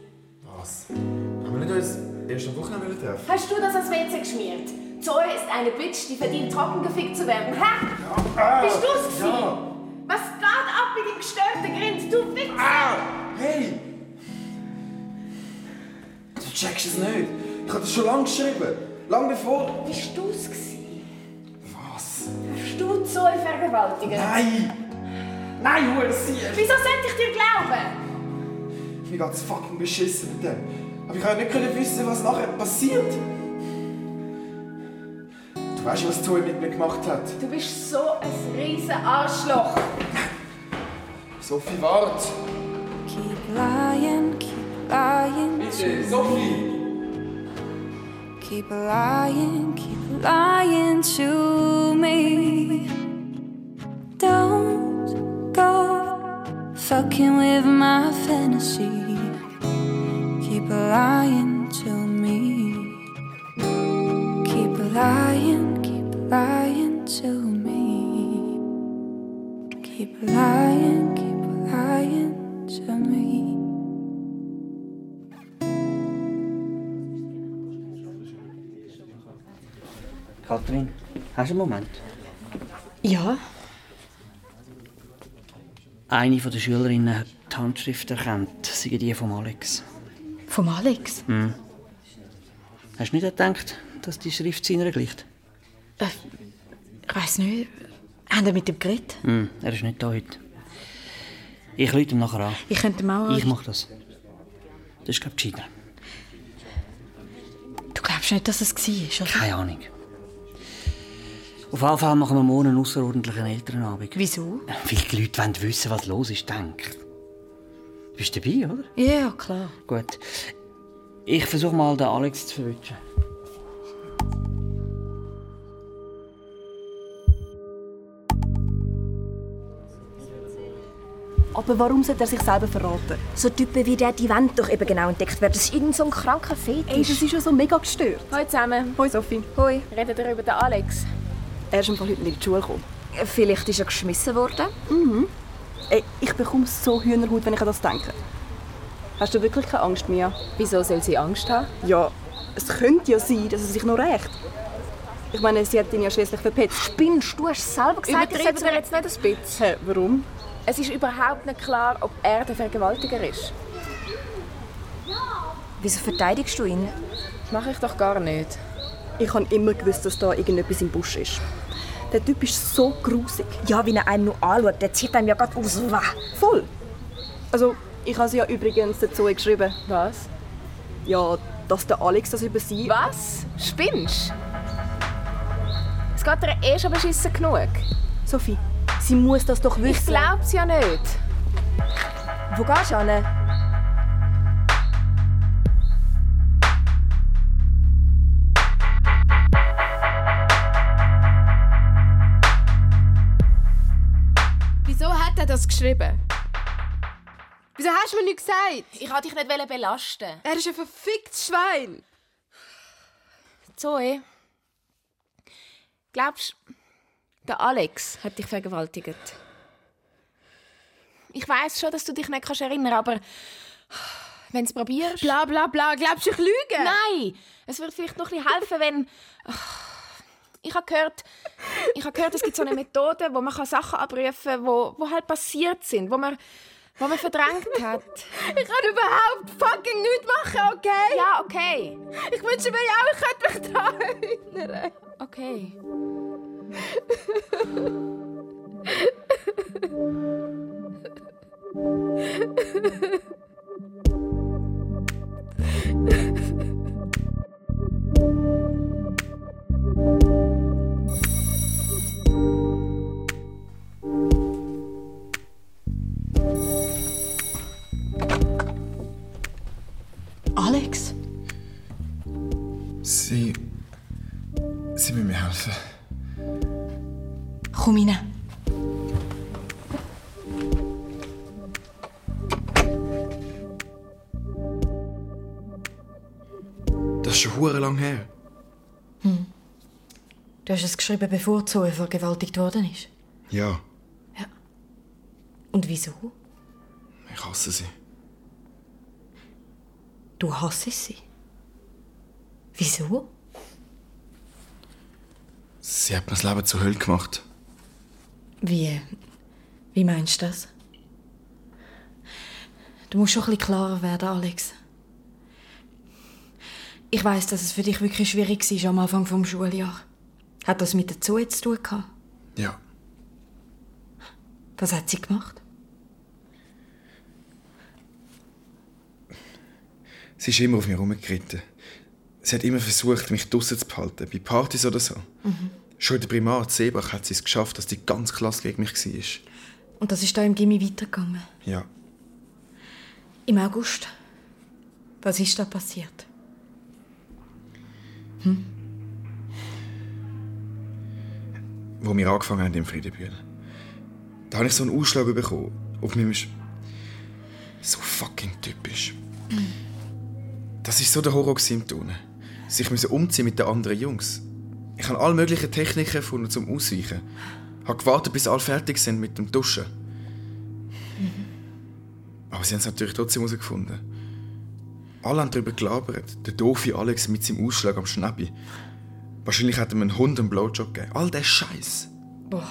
[SPEAKER 21] Was? Haben wir nicht uns erst am Wochenende treffen?
[SPEAKER 22] Hast du das als WC geschmiert? Zoe ist eine Bitch, die verdient, trockengefickt zu werden. Hä?
[SPEAKER 21] Ah,
[SPEAKER 22] Bist du es gewesen?
[SPEAKER 21] Ja.
[SPEAKER 22] Was geht ab mit dem gestörten Grind? Du Wichser!
[SPEAKER 21] Hey! Du checkst es nicht. Ich habe das schon lange geschrieben. Lang bevor...
[SPEAKER 22] Bist du es gewesen?
[SPEAKER 21] Was?
[SPEAKER 22] Hast du Zoe vergewaltigt?
[SPEAKER 21] Nein! Nein, Hure, sieh!
[SPEAKER 22] Wieso sollte ich dir glauben?
[SPEAKER 21] Mir geht's fucking beschissen mit dem. Aber ich kann ja nicht können wissen, was nachher passiert. Du weißt ja, was Zoe mit mir gemacht hat.
[SPEAKER 22] Du bist so ein riesen Arschloch.
[SPEAKER 21] Sophie, wart!
[SPEAKER 23] lying, keep lying.
[SPEAKER 21] Bitte, Sophie!
[SPEAKER 23] Keep lying, keep lying to me. Don't go fucking with my fantasy. Keep lying to me. Keep lying, keep lying to me. Keep lying, keep
[SPEAKER 10] Kathrin, hast du einen Moment?
[SPEAKER 21] Ja.
[SPEAKER 10] Eine von der Schülerinnen hat die Handschrift erkannt. Sie die von Alex.
[SPEAKER 21] Vom Alex?
[SPEAKER 10] Hm. Hast du nicht gedacht, dass die Schrift seiner gleicht?
[SPEAKER 21] Äh, ich weiß nicht. Haben wir mit dem geredet?
[SPEAKER 10] Hm, er ist nicht da heute. Ich lüte ihm nachher an.
[SPEAKER 21] Ich könnte ihm auch...
[SPEAKER 10] Ich mach das. Das ist, glaube ich, gescheiter.
[SPEAKER 21] Du glaubst nicht, dass es war, oder?
[SPEAKER 10] Keine Ahnung. Auf jeden Fall machen wir morgen einen außerordentlichen Elternabend.
[SPEAKER 21] Wieso?
[SPEAKER 10] Weil die Leute wollen wissen, was los ist, denkt. Du bist dabei, oder?
[SPEAKER 21] Ja, klar.
[SPEAKER 10] Gut. Ich versuche mal, den Alex zu verwischen.
[SPEAKER 9] Aber warum sollte er sich selber verraten? So Typen wie der, die wollen doch eben genau entdeckt werden. Das ist irgend so ein kranker Fetisch.
[SPEAKER 8] Ey, das ist ja so mega gestört.
[SPEAKER 9] Hallo zusammen.
[SPEAKER 8] Hoi Sophie.
[SPEAKER 9] Hoi. Redet ihr über den Alex?
[SPEAKER 8] Er ist im Fall heute nicht in die Schule gekommen.
[SPEAKER 9] Vielleicht ist er geschmissen worden.
[SPEAKER 8] Mhm. Ey, ich bekomme so Hühnerhaut, wenn ich an das denke. Hast du wirklich keine Angst, Mia?
[SPEAKER 9] Wieso soll sie Angst haben?
[SPEAKER 8] Ja, es könnte ja sein, dass er sich noch rächt. Ich meine, sie hat ihn ja schließlich verpetzt.
[SPEAKER 9] Spinnst du? hast selber gesagt,
[SPEAKER 8] Übertreibst
[SPEAKER 9] sollten wir jetzt nicht ein bisschen.
[SPEAKER 8] Hä, warum?
[SPEAKER 9] Es ist überhaupt nicht klar, ob er der Vergewaltiger ist. Wieso verteidigst du ihn? Das mache ich doch gar nicht.
[SPEAKER 8] Ich habe immer gewusst, dass da irgendetwas im Busch ist. Der Typ ist so grusig.
[SPEAKER 9] Ja, wenn er einem nur anschaut, der zieht einem ja gerade aus.
[SPEAKER 8] Voll. Also, ich habe sie ja übrigens dazu geschrieben.
[SPEAKER 9] Was?
[SPEAKER 8] Ja, dass der Alex das über sie...
[SPEAKER 9] Was? Spinnst? Es geht dir eh schon beschissen genug.
[SPEAKER 8] Sophie, sie muss das doch wissen.
[SPEAKER 9] Ich glaub's ja nicht. Wo gehst du hin?
[SPEAKER 11] Wieso hat er das geschrieben? Wieso hast du mir nichts gesagt?
[SPEAKER 9] Ich wollte dich nicht belasten.
[SPEAKER 11] Er ist ein verficktes Schwein.
[SPEAKER 9] Zoe, glaubst du, der Alex hat dich vergewaltigt? Ich weiß schon, dass du dich nicht kannst erinnern aber wenn du es probierst...
[SPEAKER 11] Bla bla bla, glaubst du, ich lüge?
[SPEAKER 9] Nein, es würde vielleicht noch ein bisschen helfen, wenn... Ich habe gehört, ich habe gehört, es gibt so eine Methode, wo man kann Sachen abprüfen kann, wo, wo halt passiert sind, wo man, wo man verdrängt hat.
[SPEAKER 11] Ich kann überhaupt fucking nichts machen, okay?
[SPEAKER 9] Ja, okay.
[SPEAKER 11] Ich wünsche mir ja auch, ich könnte mich daran erinnern.
[SPEAKER 9] Okay.
[SPEAKER 21] Alex?
[SPEAKER 17] Sie. Sie will mir helfen.
[SPEAKER 21] Komm rein.
[SPEAKER 17] Das ist schon hure lang her.
[SPEAKER 21] Hm. Du hast es geschrieben, bevor Zoe vergewaltigt worden ist.
[SPEAKER 17] Ja,
[SPEAKER 21] Und wieso?
[SPEAKER 17] ich hasse sie.
[SPEAKER 21] Du hassest sie. Wieso?
[SPEAKER 17] Sie hat mir das Leben zur Hölle gemacht.
[SPEAKER 21] Wie? Wie meinst du das? Du musst schon ein bisschen klarer werden, Alex. Ich weiß, dass es für dich wirklich schwierig war am Anfang vom Schuljahr. Hat das mit der Zoe zu tun gehabt?
[SPEAKER 17] Ja.
[SPEAKER 21] Was hat sie gemacht?
[SPEAKER 17] Sie ist immer auf mich rumgeritten. Sie hat immer versucht, mich draussen zu behalten, bei Partys oder so.
[SPEAKER 21] Mhm.
[SPEAKER 17] Schon in der Primar Seebach hat sie es geschafft, dass die ganze Klasse gegen mich war.
[SPEAKER 21] Und das ist da im Gimmi weitergegangen.
[SPEAKER 17] Ja.
[SPEAKER 21] Im August. Was ist da passiert?
[SPEAKER 17] wo wir angefangen haben im Friedenbühl. Da habe ich so einen Ausschlag bekommen. Auf meinem Sch So fucking typisch. Das ist so der Horror gewesen im Tunnel. Sich müssen umziehen mit den anderen Jungs. Ich habe alle möglichen Techniken erfunden zum Ausweichen. Habe gewartet, bis alle fertig sind mit dem Duschen. Aber sie haben es natürlich trotzdem herausgefunden. Alle haben darüber gelabert. Der doofe Alex mit seinem Ausschlag am Schnäbi. Wahrscheinlich hätte man einen Hund einen Blowjob gegeben. All der Scheiß.
[SPEAKER 24] Boah.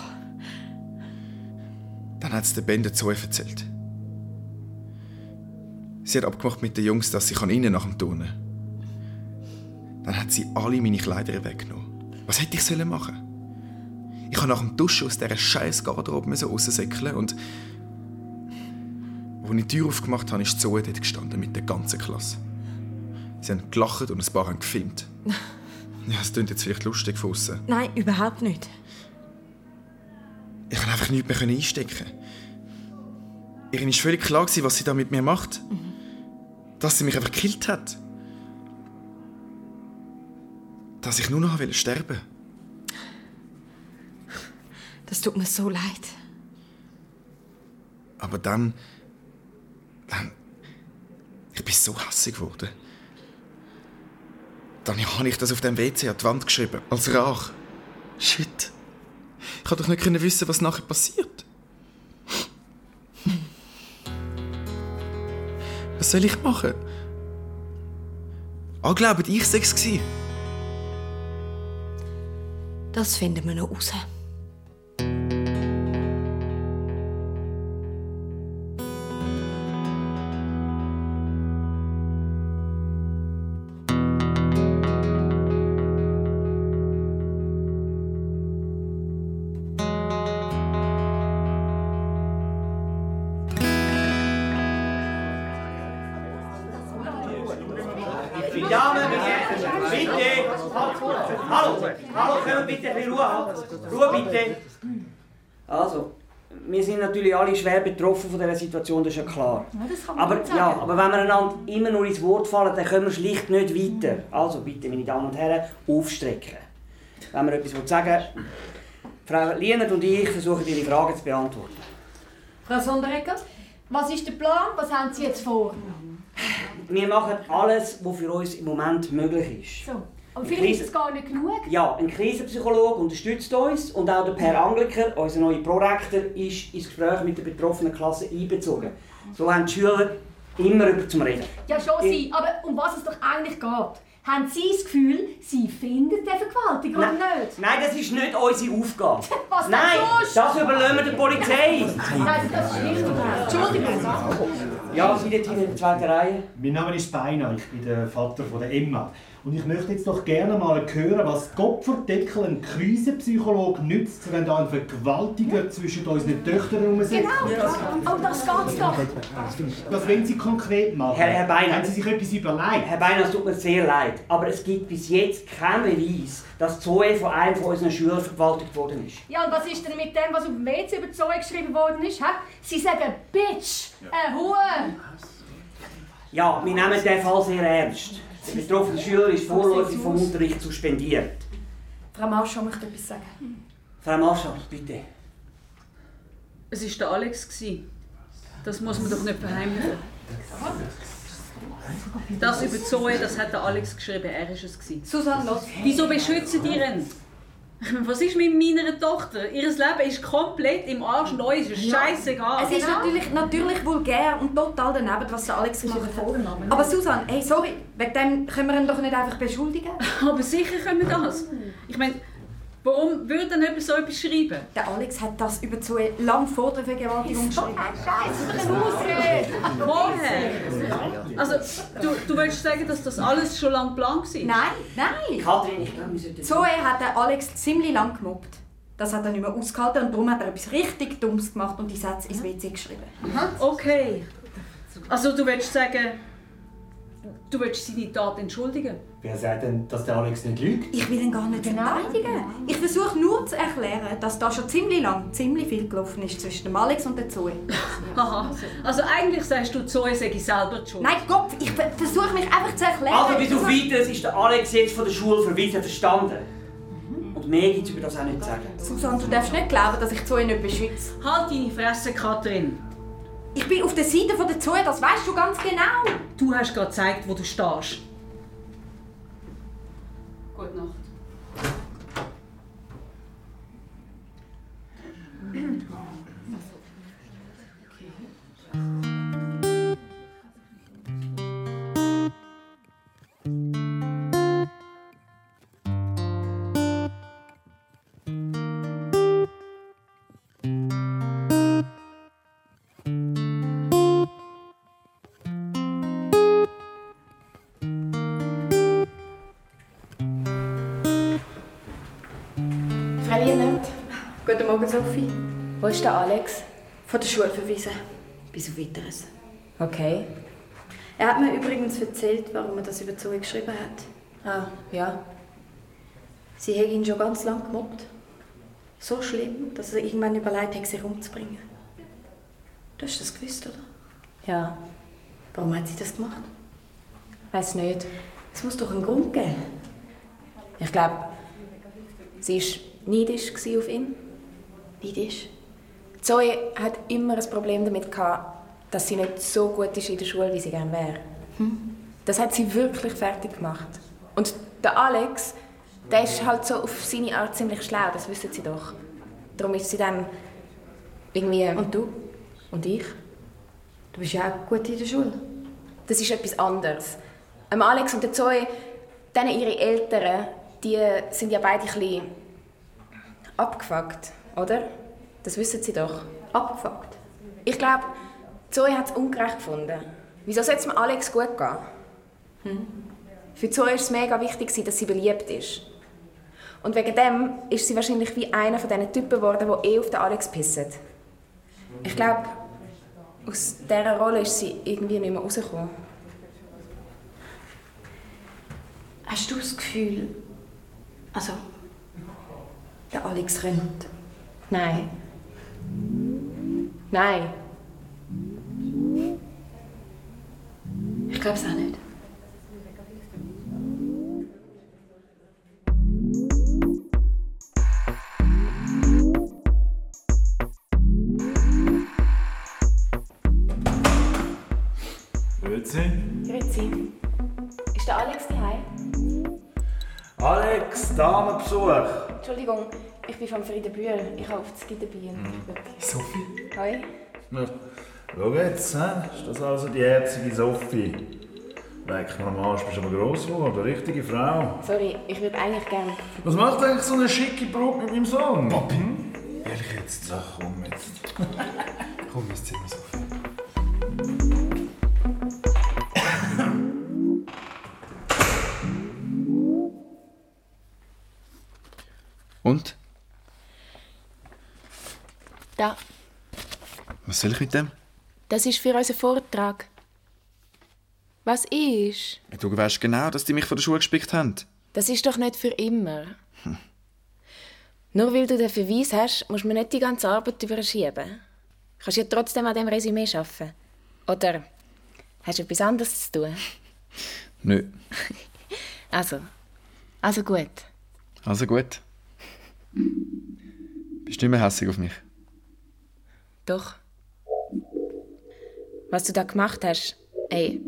[SPEAKER 17] Dann hat es der Ben dazu erzählt. Sie hat abgemacht mit den Jungs, dass sie kann innen nach dem Turnen. Dann hat sie alle meine Kleider weggenommen. Was hätte ich sollen machen? Ich habe nach dem Duschen aus dieser scheiß Garderobe müssen raussäckeln und als ich die Tür aufgemacht habe, ist Zoe dort gestanden mit der ganzen Klasse. Sie haben gelacht und ein paar haben gefilmt. Ja, es klingt jetzt vielleicht lustig von außen.
[SPEAKER 8] Nein, überhaupt nicht.
[SPEAKER 17] Ich konnte einfach nichts mehr einstecken. Ihr war völlig klar, gewesen, was sie da mit mir macht. Dass sie mich einfach gekillt hat. Dass ich nur noch wollte sterben
[SPEAKER 8] Das tut mir so leid.
[SPEAKER 17] Aber dann. dann. Ich bin so hässig geworden. Dann habe ich das auf dem WC an die Wand geschrieben, als Rach. Shit. Ich konnte doch nicht können wissen, was nachher passiert. Was soll ich machen? Alle glauben, Ah, ich sei es gewesen.
[SPEAKER 8] Das finden wir noch raus.
[SPEAKER 10] Die Damen, bitte, halt hallo, hallo, können wir bitte ein bisschen Ruhe haben? Ruhe bitte.
[SPEAKER 2] Also, wir sind natürlich alle schwer betroffen von dieser Situation, das ist ja klar.
[SPEAKER 4] das kann man
[SPEAKER 2] Aber,
[SPEAKER 4] nicht sagen.
[SPEAKER 2] ja, aber wenn wir einander immer nur ins Wort fallen, dann können wir schlicht nicht weiter. Also bitte, meine Damen und Herren, aufstrecken. Wenn wir etwas wollt sagen wollen. Frau Lienert und ich versuchen, Ihre Fragen zu beantworten.
[SPEAKER 4] Frau Sonderegger, was ist der Plan? Was haben Sie jetzt vor?
[SPEAKER 2] Wir machen alles, was für uns im Moment möglich ist.
[SPEAKER 4] So. Aber vielleicht ist es gar nicht genug.
[SPEAKER 2] Ja, ein Krisenpsychologe unterstützt uns und auch der Per Angliker, unser neuer Prorektor, ist ins Gespräch mit der betroffenen Klasse einbezogen. So haben die Schüler immer über zum Reden.
[SPEAKER 4] Ja, schon
[SPEAKER 2] Äh,
[SPEAKER 4] Sie. Aber um was es doch eigentlich geht? Haben Sie das Gefühl, Sie finden den Vergewaltiger oder nicht?
[SPEAKER 2] Nein, das ist nicht unsere Aufgabe.
[SPEAKER 4] Was denn
[SPEAKER 2] Nein,
[SPEAKER 4] sonst?
[SPEAKER 2] das überlassen wir der Polizei.
[SPEAKER 4] Nein, das stimmt. Entschuldigung.
[SPEAKER 2] Ja, Sie dort hinten in der zweiten Reihe.
[SPEAKER 5] Mein Name ist Beina, ich bin der Vater von der Emma. Und ich möchte jetzt doch gerne mal hören, was Kopferdeckel ein Krisenpsychologe nützt, wenn da ein Vergewaltiger zwischen unseren Töchtern herumsitzt.
[SPEAKER 4] Genau. Oh, das geht's doch.
[SPEAKER 5] Was wollen Sie konkret machen?
[SPEAKER 2] Herr, Herr Beiner,
[SPEAKER 5] Haben Sie sich etwas überlegt?
[SPEAKER 2] Herr Beiner, es tut mir sehr leid, aber es gibt bis jetzt keinen Beweis, dass Zoe von einem von unseren Schülern vergewaltigt worden ist.
[SPEAKER 4] Ja, und was ist denn mit dem, was auf dem WC über Zoe geschrieben worden ist? Hä? Sie sagen Bitch, äh, eine Hure.
[SPEAKER 2] Ja, wir nehmen den Fall sehr ernst. Der betroffene Schüler ist vorläufig vom Unterricht suspendiert.
[SPEAKER 8] Frau Marschau möchte etwas
[SPEAKER 12] Hm.
[SPEAKER 8] sagen.
[SPEAKER 2] Frau Marschall, bitte.
[SPEAKER 12] Es war der Alex. gewesen. Das muss man doch nicht verheimlichen. Das über Zoe, das hat der Alex geschrieben, er ist es. gewesen.
[SPEAKER 4] Susanne, los.
[SPEAKER 12] Wieso beschützen die ihn? Ich meine, was ist mit meiner Tochter? Ihr Leben ist komplett im Arsch und euch ist es
[SPEAKER 2] Ah,
[SPEAKER 12] scheißegal. Genau.
[SPEAKER 8] Es
[SPEAKER 2] genau.
[SPEAKER 8] ist natürlich, natürlich vulgär und total daneben, was der Alex gemacht hat. Aber Susanne, hey, sorry, wegen dem können wir ihn doch nicht einfach beschuldigen.
[SPEAKER 12] Aber sicher können wir das. Ich meine, warum würde denn jemand so etwas schreiben?
[SPEAKER 8] Der Alex hat das über zu lang vor der Vergewaltigung geschrieben.
[SPEAKER 4] Scheiße, Ausrede!
[SPEAKER 12] Woher? Also, du, du willst sagen, dass das alles schon lange geplant war?
[SPEAKER 8] Nein, nein.
[SPEAKER 2] Katrin, ich glaube, wir sollten...
[SPEAKER 8] Zoe hat den Alex ziemlich lang gemobbt. Das hat er nicht mehr ausgehalten und darum hat er etwas richtig Dummes gemacht und die Sätze ins WC geschrieben.
[SPEAKER 12] Okay. Also du willst sagen, du willst seine Tat entschuldigen?
[SPEAKER 5] Wer sagt denn, dass der Alex nicht lügt?
[SPEAKER 8] Ich will ihn gar nicht
[SPEAKER 12] Genau.
[SPEAKER 8] verteidigen. Ich versuche nur zu erklären, dass da schon ziemlich lang ziemlich viel gelaufen ist zwischen dem Alex und der Zoe.
[SPEAKER 12] Aha. Also eigentlich sagst du, Zoe sei selber die Schuld.
[SPEAKER 8] Nein, Kopf, ich ver- versuche mich einfach zu erklären.
[SPEAKER 2] Also bis auf weiteres ist der Alex jetzt von der Schule verwiesen verstanden.
[SPEAKER 4] Mhm.
[SPEAKER 2] Und mehr gibt es über das auch nicht zu sagen.
[SPEAKER 8] Susanne, du darfst nicht glauben, dass ich Zoe nicht beschütze.
[SPEAKER 12] Halt deine Fresse, Katrin.
[SPEAKER 8] Ich bin auf der Seite von der Zoe, das weißt du ganz genau.
[SPEAKER 12] Du hast gerade gezeigt, wo du stehst. Gute Nacht.
[SPEAKER 8] Guten Morgen, Sophie.
[SPEAKER 9] Wo ist der Alex?
[SPEAKER 8] Von der Schule verwiesen. Bis auf Weiteres.
[SPEAKER 9] Okay.
[SPEAKER 8] Er hat mir übrigens erzählt, warum er das über Zoe geschrieben hat.
[SPEAKER 9] Ah, ja.
[SPEAKER 8] Sie hat ihn schon ganz lange gemobbt. So schlimm, dass er irgendwann überlegt hat, sich umzubringen. Du hast das gewusst, oder?
[SPEAKER 9] Ja.
[SPEAKER 8] Warum hat sie das gemacht?
[SPEAKER 9] Weiß nicht.
[SPEAKER 8] Es muss doch einen Grund geben.
[SPEAKER 9] Ich glaube, sie war neidisch gewesen auf ihn.
[SPEAKER 8] Neidisch?
[SPEAKER 9] Zoe hat immer ein Problem damit, gehabt, dass sie nicht so gut ist in der Schule, wie sie gerne wäre. Das hat sie wirklich fertig gemacht. Und der Alex, der ist halt so auf seine Art ziemlich schlau, das wissen sie doch. Darum ist sie dann irgendwie... Und
[SPEAKER 8] du?
[SPEAKER 9] Und ich?
[SPEAKER 8] Du bist ja auch gut in der Schule.
[SPEAKER 9] Das ist etwas anderes. Am Alex und der Zoe, dann ihre Eltern, die sind ja beide ein bisschen abgefuckt, oder? Das wissen sie doch.
[SPEAKER 8] Abgefuckt?
[SPEAKER 9] Ich glaube, Zoe hat es ungerecht gefunden. Wieso soll es mir Alex gut gehen? Für Zoe war es mega wichtig, gewesen, dass sie beliebt ist. Und wegen dem ist sie wahrscheinlich wie einer von diesen Typen geworden, die eh auf den Alex pissen. Ich glaube, aus dieser Rolle ist sie irgendwie nicht mehr rausgekommen.
[SPEAKER 8] Hast du das Gefühl, also, der Alex rennt?
[SPEAKER 9] Nein. Nein.
[SPEAKER 8] Ich glaube es auch nicht.
[SPEAKER 5] Grüezi.
[SPEAKER 9] Grüezi. Ist der Alex daheim?
[SPEAKER 5] Alex, Damenbesuch.
[SPEAKER 9] Entschuldigung, ich bin vom Frieden Bühl. Ich hoffe, es gibt ein Bier.
[SPEAKER 5] Sophie?
[SPEAKER 9] Hi.
[SPEAKER 5] Ja. Schau jetzt, hä? ist das also die herzige Sophie? Leck mir am Arsch, bist aber gross geworden, richtige Frau.
[SPEAKER 9] Sorry, ich würde eigentlich gerne.
[SPEAKER 5] Was macht eigentlich so eine schicke Brut mit meinem Sohn? Papi? Ehrlich jetzt? Ach komm jetzt. komm ins Zimmer, Sophie.
[SPEAKER 17] Und?
[SPEAKER 9] Da.
[SPEAKER 17] Was soll ich mit dem?
[SPEAKER 9] Das ist für unseren Vortrag. Was ist?
[SPEAKER 17] Du weißt genau, dass die mich von der Schule gespickt haben.
[SPEAKER 9] Das ist doch nicht für immer. Nur weil du den Verweis hast, musst du mir nicht die ganze Arbeit überschieben. Du kannst ja trotzdem an dem Resümee arbeiten. Oder hast du etwas anderes zu tun?
[SPEAKER 17] Nö.
[SPEAKER 9] Also. Also gut.
[SPEAKER 17] Also gut. Bist du nicht mehr hässig auf mich?
[SPEAKER 9] Doch. Was du da gemacht hast, ey,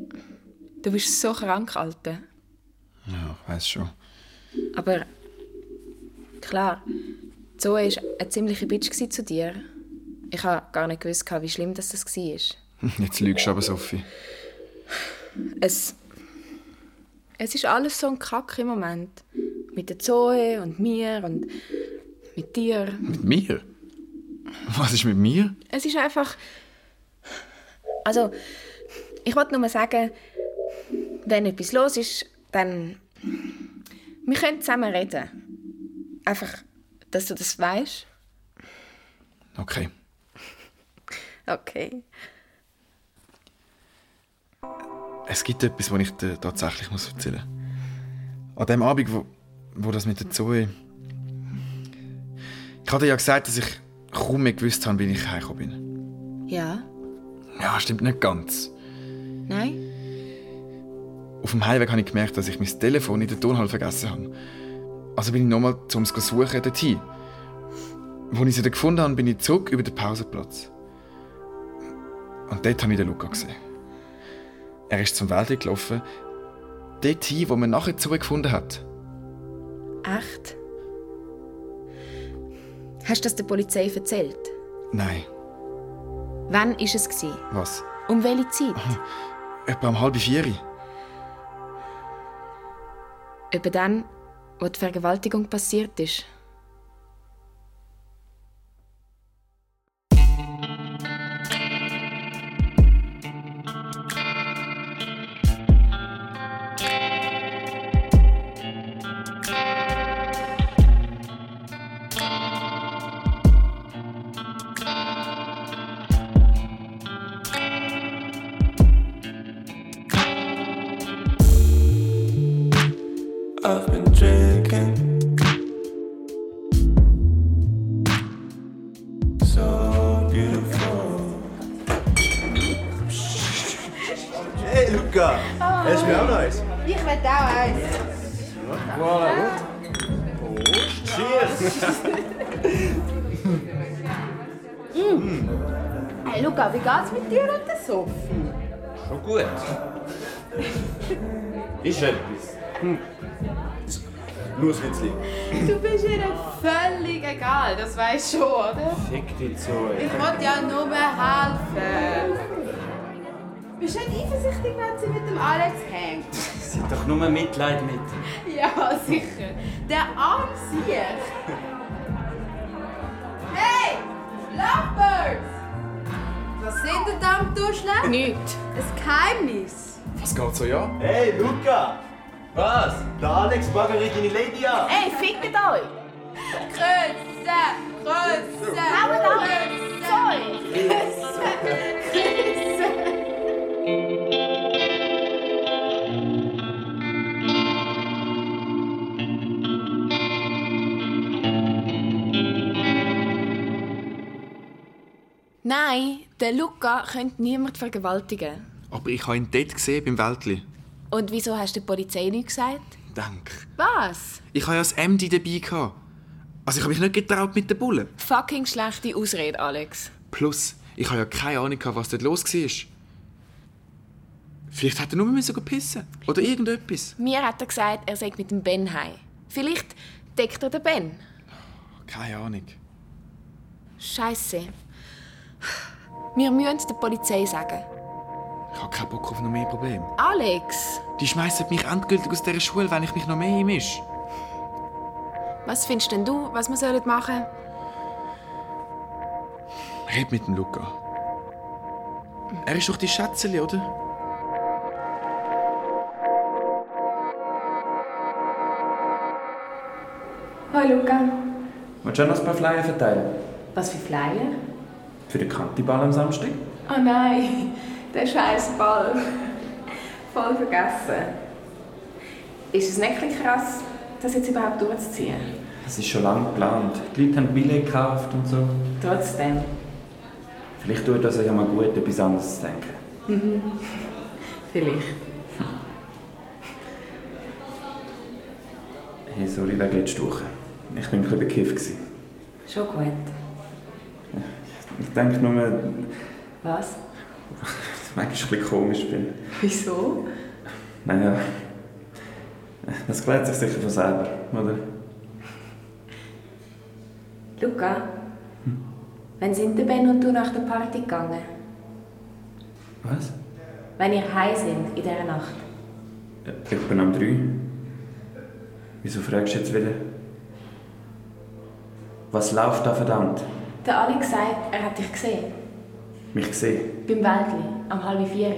[SPEAKER 9] du bist so krank, Alter.
[SPEAKER 17] Ja, ich weiss schon.
[SPEAKER 9] Aber klar, Zoe war eine ziemliche Bitch gewesen zu dir. Ich habe gar nicht gewusst, wie schlimm das war.
[SPEAKER 17] Jetzt lügst du aber, Sophie.
[SPEAKER 9] Es. Es ist alles so ein Kack im Moment. Mit der Zoe und mir und mit dir.
[SPEAKER 17] Mit mir? Was ist mit mir?
[SPEAKER 9] Es ist einfach. Also, ich wollte nur sagen, wenn etwas los ist, dann. Wir können zusammen reden. Einfach, dass du das weißt.
[SPEAKER 17] Okay.
[SPEAKER 9] Okay.
[SPEAKER 17] Es gibt etwas, was ich dir tatsächlich muss erzählen muss. An dem Abend, wo, wo das mit der Zoe... Ich hatte ja gesagt, dass ich kaum mehr gewusst habe, wie ich heimgekommen bin.
[SPEAKER 9] Ja?
[SPEAKER 17] Ja, stimmt nicht ganz.
[SPEAKER 9] Nein?
[SPEAKER 17] Auf dem Heimweg habe ich gemerkt, dass ich mein Telefon in der Turnhalle vergessen habe. Also bin ich nochmal zum es suchen dorthin. Wo ich sie dann gefunden habe, bin ich zurück über den Pausenplatz. Und dort habe ich den Luca gesehen. Er ist zum Wald gelaufen, dorthin, wo man nachher zurückgefunden hat.
[SPEAKER 9] Echt? Hast du das der Polizei erzählt?
[SPEAKER 17] Nein,
[SPEAKER 9] Wann war es? gewesen?
[SPEAKER 17] was?
[SPEAKER 9] Um welche Zeit?
[SPEAKER 17] Etwa um halb vier.
[SPEAKER 9] Über dann, wo die Vergewaltigung passiert ist.
[SPEAKER 25] Thank you.
[SPEAKER 21] I've been drinking. So beautiful.
[SPEAKER 5] Hey Luca, hast du mir auch noch eins?
[SPEAKER 4] Ich will auch eins.
[SPEAKER 5] Voilà, gut. Cheers!
[SPEAKER 4] Mm. Hey Luca, wie geht's mit dir und der Sophie?
[SPEAKER 26] Schon gut.
[SPEAKER 5] Ist etwas. Hm. Nur ein Witzli.
[SPEAKER 4] Du bist ihr völlig egal, das weißt du schon, oder?
[SPEAKER 5] Fick dich so.
[SPEAKER 4] Ich wollte ja nur helfen. Bist du nicht eifersüchtig, wenn sie mit dem Alex hängt?
[SPEAKER 14] Sie hat doch nur Mitleid mit.
[SPEAKER 4] Ja, sicher. Der arme Sieg. Hey! Lovebirds! Was sind denn da am Duschen? Nichts. Ein Geheimnis.
[SPEAKER 5] Was geht so, ja? Hey Luca! Was? Der Alex baggert deine Lady an.
[SPEAKER 4] Hey, fickt euch! Grüße! Grüße! Hauen alle! Sorry! Grüße! Grüße!
[SPEAKER 27] Nein, der Luca könnte niemand vergewaltigen.
[SPEAKER 17] Aber ich habe ihn dort gesehen, beim Wäldli.
[SPEAKER 27] Und wieso hast du der Polizei nichts gesagt?
[SPEAKER 17] Denk.
[SPEAKER 27] Was?
[SPEAKER 17] Ich habe ja das MD dabei. Gehabt. Also ich habe mich nicht getraut mit den Bullen.
[SPEAKER 27] Fucking schlechte Ausrede, Alex.
[SPEAKER 17] Plus, ich habe ja keine Ahnung, gehabt, was dort los war. Vielleicht hätte er nur müssen gehen pissen Oder irgendetwas.
[SPEAKER 27] Mir hat er gesagt, er sei mit dem Ben heim. Vielleicht deckt er den Ben.
[SPEAKER 17] Keine Ahnung.
[SPEAKER 27] Scheiße. Wir müssen der Polizei sagen.
[SPEAKER 17] Ich habe keinen Bock auf noch mehr Probleme.
[SPEAKER 27] Alex,
[SPEAKER 17] Die schmeißen mich endgültig aus dieser Schule, wenn ich mich noch mehr einmische.
[SPEAKER 27] was findest denn du, was wir sollen machen?
[SPEAKER 17] Red mit dem Luca. Er ist doch die Schätzeli, oder?
[SPEAKER 9] Hi Luca.
[SPEAKER 14] Willst du auch noch ein paar Flyer verteilen?
[SPEAKER 9] Was für Flyer?
[SPEAKER 14] Für den Kantiball am Samstag?
[SPEAKER 9] Oh nein, der scheiß Ball. Voll vergessen. Ist es wirklich krass, das jetzt überhaupt durchzuziehen?
[SPEAKER 14] Es ist schon lange geplant. Die Leute haben Billett gekauft und so.
[SPEAKER 9] Trotzdem.
[SPEAKER 14] Vielleicht tut das euch ja mal gut, etwas anderes zu denken.
[SPEAKER 9] Mhm. Vielleicht.
[SPEAKER 14] Hey, sorry wegen letzter Woche. Ich bin ein bisschen bekifft. gewesen.
[SPEAKER 9] Schon gut.
[SPEAKER 14] Ich denke nur, dass
[SPEAKER 9] Was?
[SPEAKER 14] ich manchmal ein bisschen komisch bin.
[SPEAKER 9] Wieso?
[SPEAKER 14] Naja, das klärt sich sicher von selber, oder?
[SPEAKER 9] Luca? Wann sind der Ben und du nach der Party gegangen?
[SPEAKER 14] Was?
[SPEAKER 9] Wenn ihr heim sind in dieser Nacht?
[SPEAKER 14] Ich bin am 3. Wieso fragst du jetzt wieder? Was läuft da verdammt?
[SPEAKER 9] Der Alex sagt, er hat dich gesehen.
[SPEAKER 14] Mich gesehen.
[SPEAKER 9] Beim Wäldli, am halben vier.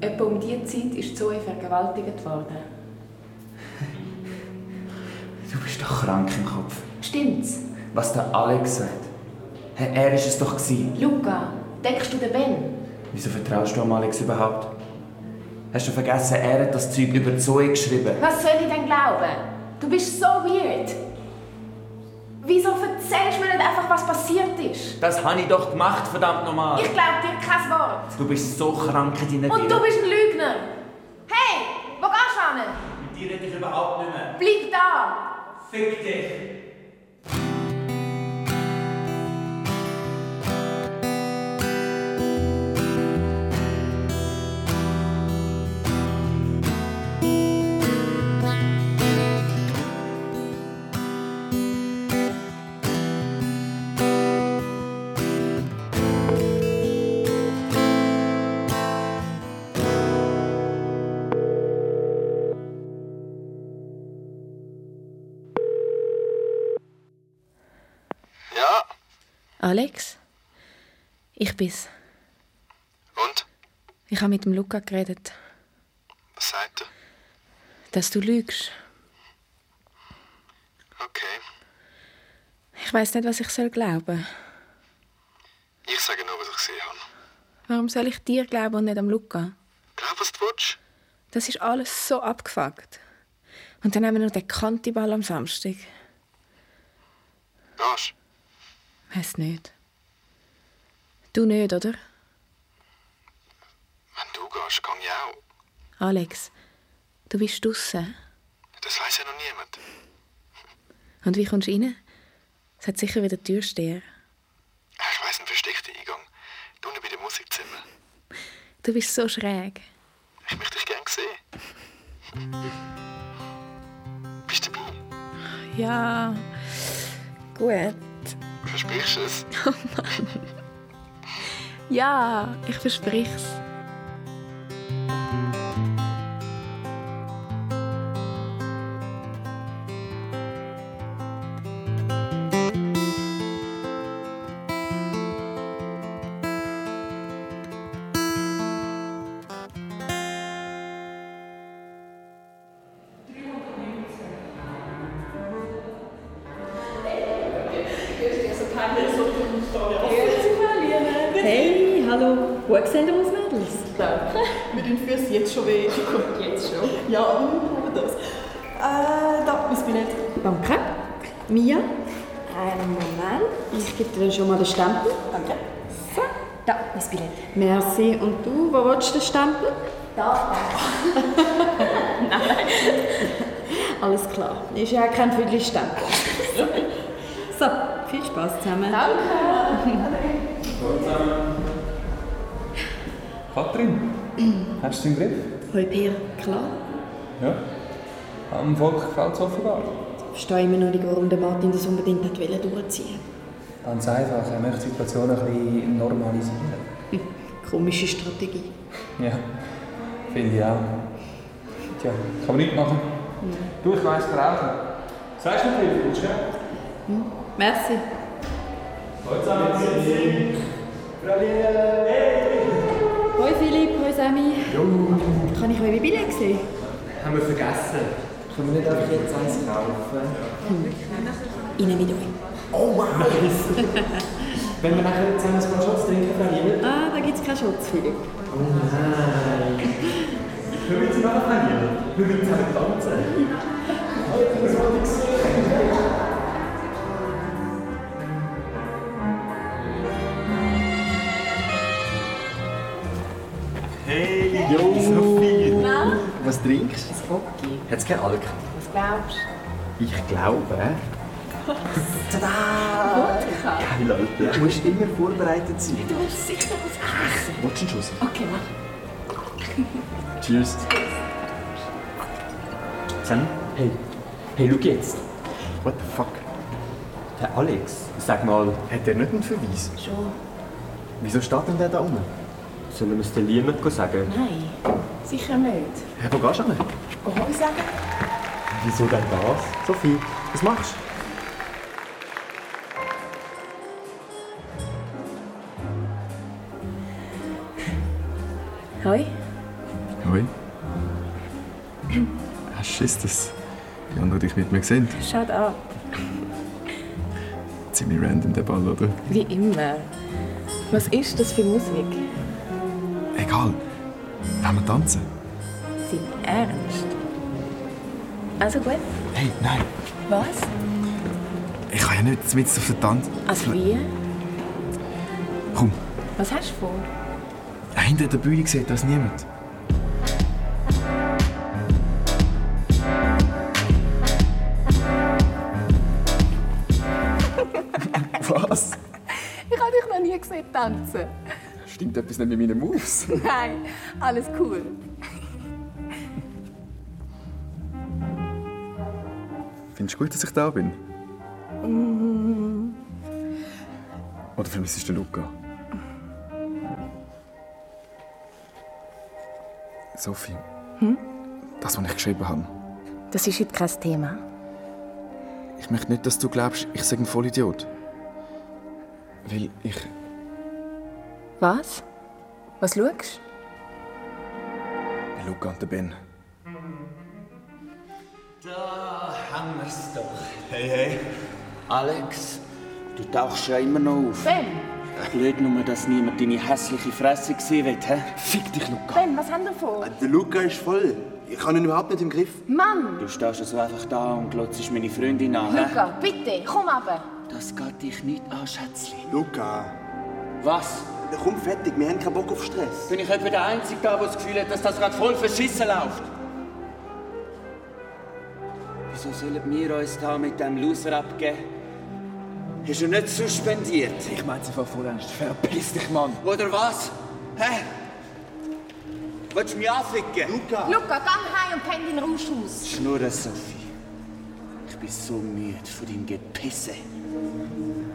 [SPEAKER 9] Etwa um diese Zeit ist Zoe vergewaltigt worden.
[SPEAKER 14] Du bist doch krank im Kopf.
[SPEAKER 9] Stimmt's?
[SPEAKER 14] Was der Alex sagt. Hey, er ist es doch gewesen.
[SPEAKER 9] Luca, denkst du den Ben?
[SPEAKER 14] Wieso vertraust du am Alex überhaupt? Hast du vergessen, er hat das Zeug über Zoe geschrieben?
[SPEAKER 9] Was soll ich denn glauben? Du bist so weird. Wieso erzählst du mir nicht einfach, was passiert ist?
[SPEAKER 14] Das habe ich doch gemacht, verdammt nochmal.
[SPEAKER 9] Ich glaube dir kein Wort.
[SPEAKER 14] Du bist so krank in deinen
[SPEAKER 9] Und du bist ein Lügner. Hey, wo gehst du hin?
[SPEAKER 14] Mit dir rede ich überhaupt nicht mehr.
[SPEAKER 9] Bleib da!
[SPEAKER 14] Fick dich.
[SPEAKER 8] Ja. Alex? Ich bin's.
[SPEAKER 21] Und?
[SPEAKER 8] Ich habe mit dem Luca geredet,
[SPEAKER 21] Was sagt er?
[SPEAKER 8] dass du lügst.
[SPEAKER 21] Okay.
[SPEAKER 8] Ich weiß nicht, was ich soll glauben.
[SPEAKER 21] Ich sage nur, was ich gesehen habe.
[SPEAKER 8] Warum soll ich dir glauben und nicht am Luca?
[SPEAKER 21] Glaub, was du willst.
[SPEAKER 28] Das ist alles so abgefuckt. Und dann haben wir noch den Kantiball am Samstag.
[SPEAKER 29] Was?
[SPEAKER 28] Weiß nicht. Du nicht, oder?
[SPEAKER 29] Wenn du gehst, gang ich auch.
[SPEAKER 28] Alex, du bist draussen.
[SPEAKER 29] Das weiß ja noch niemand.
[SPEAKER 28] Und wie kommst du rein? Es hat sicher wieder Türsteher.
[SPEAKER 29] Ich weiss einen versteckten Eingang. Da unten bei dem Musikzimmer.
[SPEAKER 28] Du bist so schräg.
[SPEAKER 29] Ich möchte dich gern sehen. Bist du dabei?
[SPEAKER 28] Ja. Gut.
[SPEAKER 29] Versprichst du es?
[SPEAKER 28] Oh Mann. Ja, ich versprich's.
[SPEAKER 8] Hey, hallo. Gut sehen wir uns, Mädels? Danke.
[SPEAKER 5] Mit den Füßen jetzt schon weh.
[SPEAKER 8] Jetzt schon.
[SPEAKER 5] Ja, aber das. Äh, da, mein Billett.
[SPEAKER 8] Danke. Mia? Einen Moment. Ich gebe dir schon mal den Stempel. Danke. So. Da, mein Billett. Merci. Und du, wo willst du den Stempel? Da. Nein. Alles klar. Ist ja kein Viertelstempel. so, viel Spaß zusammen. Danke.
[SPEAKER 16] Katrin,
[SPEAKER 8] Hm.
[SPEAKER 16] hast du es im Griff?
[SPEAKER 8] Hoi Pierre, klar.
[SPEAKER 16] Ja. Am Volk gefällt es offenbar.
[SPEAKER 8] Verstehe immer noch nicht, warum der Martin das unbedingt hat wollen durchziehen
[SPEAKER 16] Ganz einfach, er möchte die Situation ein bisschen normalisieren.
[SPEAKER 8] Komische Strategie.
[SPEAKER 16] Ja, finde ich auch. Tja, kann man nichts machen. Du, ich weiss dir auch. Sagst du mir, willst du?
[SPEAKER 8] Merci.
[SPEAKER 16] Hallo zusammen.
[SPEAKER 8] Hoi Philipp, hoi Sammy. Kann ich meine Billett sehen?
[SPEAKER 16] Haben wir vergessen. Können wir nicht einfach jetzt eins kaufen?
[SPEAKER 8] Innen mit euch.
[SPEAKER 16] Oh wow! Wenn wir nachher zusammen ein paar Shots trinken, dann jemand?
[SPEAKER 8] Ah, da gibt es keinen Schutz, Philipp.
[SPEAKER 16] Oh nein! Können wir jetzt nachher noch jemand? Wir müssen zusammen tanzen. Das wollte ich sehen.
[SPEAKER 3] Hey,
[SPEAKER 16] Jo.
[SPEAKER 3] Sophie.
[SPEAKER 9] Na?
[SPEAKER 3] Was trinkst du? Hockey. Hat's keinen Alk?
[SPEAKER 9] Was glaubst du?
[SPEAKER 3] Ich glaube. Tada!
[SPEAKER 9] Wodka?
[SPEAKER 3] Geil, Alter. Du musst immer vorbereitet sein.
[SPEAKER 9] Du hast sicher was gegessen.
[SPEAKER 3] Willst du einen Schuss?
[SPEAKER 9] Okay, mach.
[SPEAKER 3] Cheers. Sam? Hey. Hey, schau jetzt. What the fuck? Der Alex, sag mal, hat der nicht einen Verweis?
[SPEAKER 8] Schon.
[SPEAKER 3] Wieso steht denn der da oben? Sollen wir es dir niemand sagen?
[SPEAKER 8] Nein, sicher nicht.
[SPEAKER 3] Hey, wo gehst du hin?
[SPEAKER 8] Hoi sagen?
[SPEAKER 3] Wieso denn das? Sophie, was machst du?
[SPEAKER 9] Hoi.
[SPEAKER 17] Hoi. Hast Schiss, dass die anderen dich nicht mehr sehen?
[SPEAKER 9] Schaut an.
[SPEAKER 17] Ziemlich random, der Ball, oder?
[SPEAKER 9] Wie immer. Was ist das für Musik?
[SPEAKER 17] Egal. Wollen wir tanzen?
[SPEAKER 9] Sind ernst? Also gut.
[SPEAKER 17] Hey, nein.
[SPEAKER 9] Was?
[SPEAKER 17] Ich kann ja nicht mit auf den Tanz.
[SPEAKER 9] Also wie?
[SPEAKER 17] Komm,
[SPEAKER 9] Was hast du vor?
[SPEAKER 17] hinter der Bühne sieht das niemand. Was?
[SPEAKER 9] Ich habe dich noch nie gesehen tanzen.
[SPEAKER 17] Stimmt etwas nicht mit meinen Moves?
[SPEAKER 9] Nein, alles cool.
[SPEAKER 17] Findest du gut, dass ich da bin? Oder vermisst du den Luca? Sophie,
[SPEAKER 9] Hm?
[SPEAKER 17] das, was ich geschrieben habe.
[SPEAKER 9] Das ist heute kein Thema.
[SPEAKER 17] Ich möchte nicht, dass du glaubst, ich sei ein Vollidiot. Weil ich.
[SPEAKER 9] Was? Was schaust
[SPEAKER 17] Der Luca und der Ben.
[SPEAKER 14] Da haben wir's doch. Hey, hey. Alex, du tauchst ja immer noch auf.
[SPEAKER 9] Ben,
[SPEAKER 14] Blöd nur, dass niemand deine hässliche Fresse gesehen hat, hä? Fick dich, Luca.
[SPEAKER 9] Ben, was haben wir vor?
[SPEAKER 30] Der Luca ist voll. Ich kann ihn überhaupt nicht im Griff.
[SPEAKER 9] Mann!
[SPEAKER 14] Du stehst so einfach da und glotzest meine Freundin an, hä?
[SPEAKER 9] Luca, bitte, komm runter.
[SPEAKER 14] Das geht dich nicht an, Schätzli.
[SPEAKER 30] Luca,
[SPEAKER 14] Was?
[SPEAKER 30] na komm fertig, wir haben keinen Bock auf Stress.
[SPEAKER 14] Bin ich etwa der Einzige da, der das Gefühl hat, dass das gerade voll verschissen läuft? Wieso sollen wir uns da mit dem Loser abgeben? Ist er nicht suspendiert? Ich meine es von vollends. Verpiss dich, Mann! Oder was? Hä? Willst du mich anficken? Luca!
[SPEAKER 9] Luca, geh heim und penn deinen Rausch aus.
[SPEAKER 14] Schnurren, Sophie. Ich bin so müde von deinem Gepisse.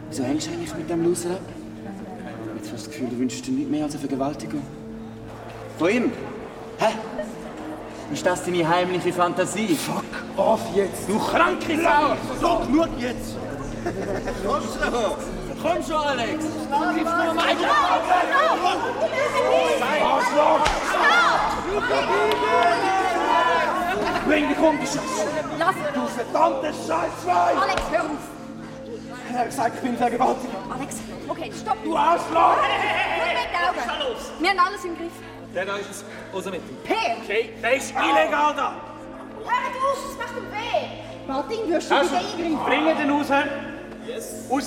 [SPEAKER 14] Wieso hängst du eigentlich mit dem Loser ab? Jetzt hast du das Gefühl, du wünschst dir nicht mehr als eine Vergewaltigung. Von ihm? Hä? Ist das deine heimliche Fantasie? Fuck off jetzt! Du kranke Sau! So, nur jetzt! Komm schon! Komm schon, Alex! Gib nur mal Bring dich um, die Scheiße!
[SPEAKER 9] Lass
[SPEAKER 14] Du verdammte Scheißwein!
[SPEAKER 9] Alex, hör auf!
[SPEAKER 14] Er hat gesagt, ich bin vergewaltigt.
[SPEAKER 9] Alex, okay, stopp.
[SPEAKER 14] Du Arschloch!
[SPEAKER 9] Hey, hey, hey, Wir haben alles im Griff.
[SPEAKER 5] Der da ist es. Raus mit ihm.
[SPEAKER 9] Per!
[SPEAKER 5] Okay, der ist illegal da.
[SPEAKER 9] Hör auf, es macht ihm weh. Martin, wirst du
[SPEAKER 21] Also,
[SPEAKER 9] wieder eingreifen?
[SPEAKER 21] bring ihn raus.
[SPEAKER 5] Yes.
[SPEAKER 21] Raus.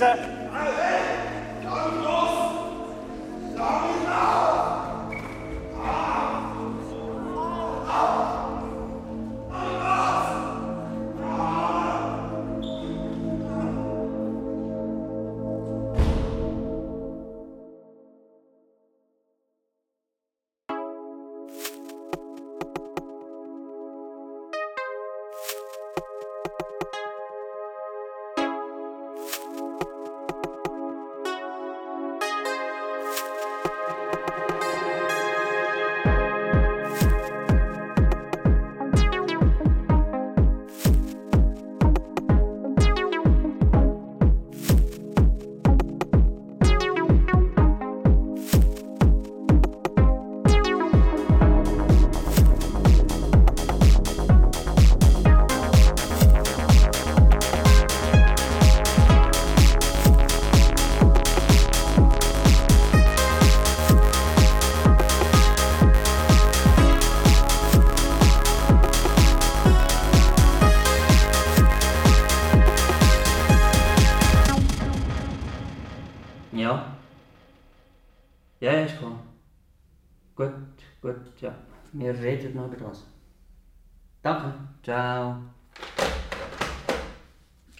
[SPEAKER 10] Ja. Ja, ja, ist klar. Gut, gut, ja. Wir reden noch über das. Danke. Ciao.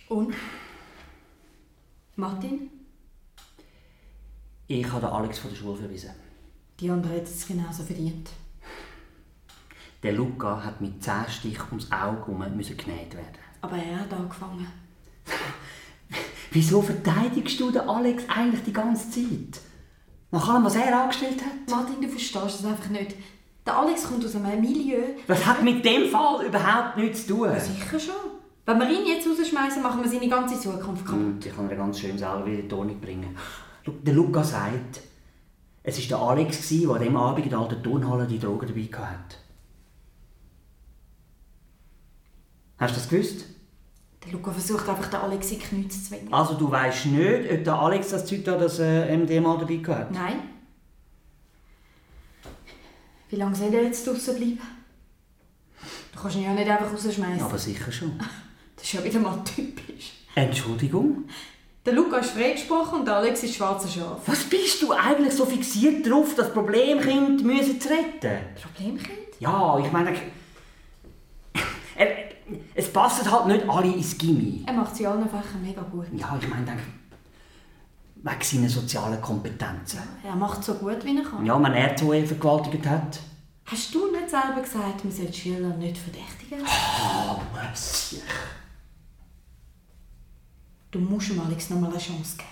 [SPEAKER 8] Und? Martin?
[SPEAKER 10] Ich habe den Alex von der Schule verwiesen.
[SPEAKER 8] Die andere hat es genauso verdient.
[SPEAKER 10] Der Luca hat mit 10 Stich ums Auge herum müssen genäht werden.
[SPEAKER 8] Aber er hat angefangen.
[SPEAKER 10] Wieso verteidigst du den Alex eigentlich die ganze Zeit? Nach allem, was er angestellt hat?
[SPEAKER 8] Martin, du verstehst es einfach nicht. Der Alex kommt aus einem Milieu.
[SPEAKER 10] Das hat mit dem Fall überhaupt nichts zu tun.
[SPEAKER 8] Ja, sicher schon. Wenn wir ihn jetzt rausschmeißen, machen wir seine ganze Zukunft kaputt.
[SPEAKER 10] Und ich kann dir ganz schön selber wieder die Ordnung bringen. Schau, Der Luca sagt, es war der Alex, gewesen, der an dem Abend in der alten Turnhalle die Drogen dabei hatte. Hast du das gewusst?
[SPEAKER 8] Der Luca versucht einfach, den Alex in die Knie zu zwingen.
[SPEAKER 10] Also du weißt nicht, ob der Alex das Zeug da, das äh, MDMA dabei hatte?
[SPEAKER 8] Nein. Wie lange soll er jetzt draußen bleiben? Du kannst ihn ja nicht einfach rausschmeißen.
[SPEAKER 10] Aber sicher schon.
[SPEAKER 8] Das ist ja wieder mal typisch.
[SPEAKER 10] Entschuldigung?
[SPEAKER 8] Der Luca ist freigesprochen und der Alex ist schwarzer Schaf.
[SPEAKER 10] Was bist du eigentlich so fixiert darauf, das Problemkind müssen zu retten?
[SPEAKER 8] Problemkind?
[SPEAKER 10] Ja, ich meine... Er- Es passen halt nicht alle ins Gimmi.
[SPEAKER 8] Er macht sie allen Fächern mega gut.
[SPEAKER 10] Ja, ich meine, denk, wegen seiner sozialen Kompetenzen.
[SPEAKER 8] Er macht so gut, wie er kann.
[SPEAKER 10] Ja, wenn er zwei vergewaltigt hat.
[SPEAKER 8] Hast du nicht selber gesagt, man sollte Schüler nicht verdächtigen?
[SPEAKER 10] Ah, Messi.
[SPEAKER 8] Du musst dem Alex nochmal eine Chance geben.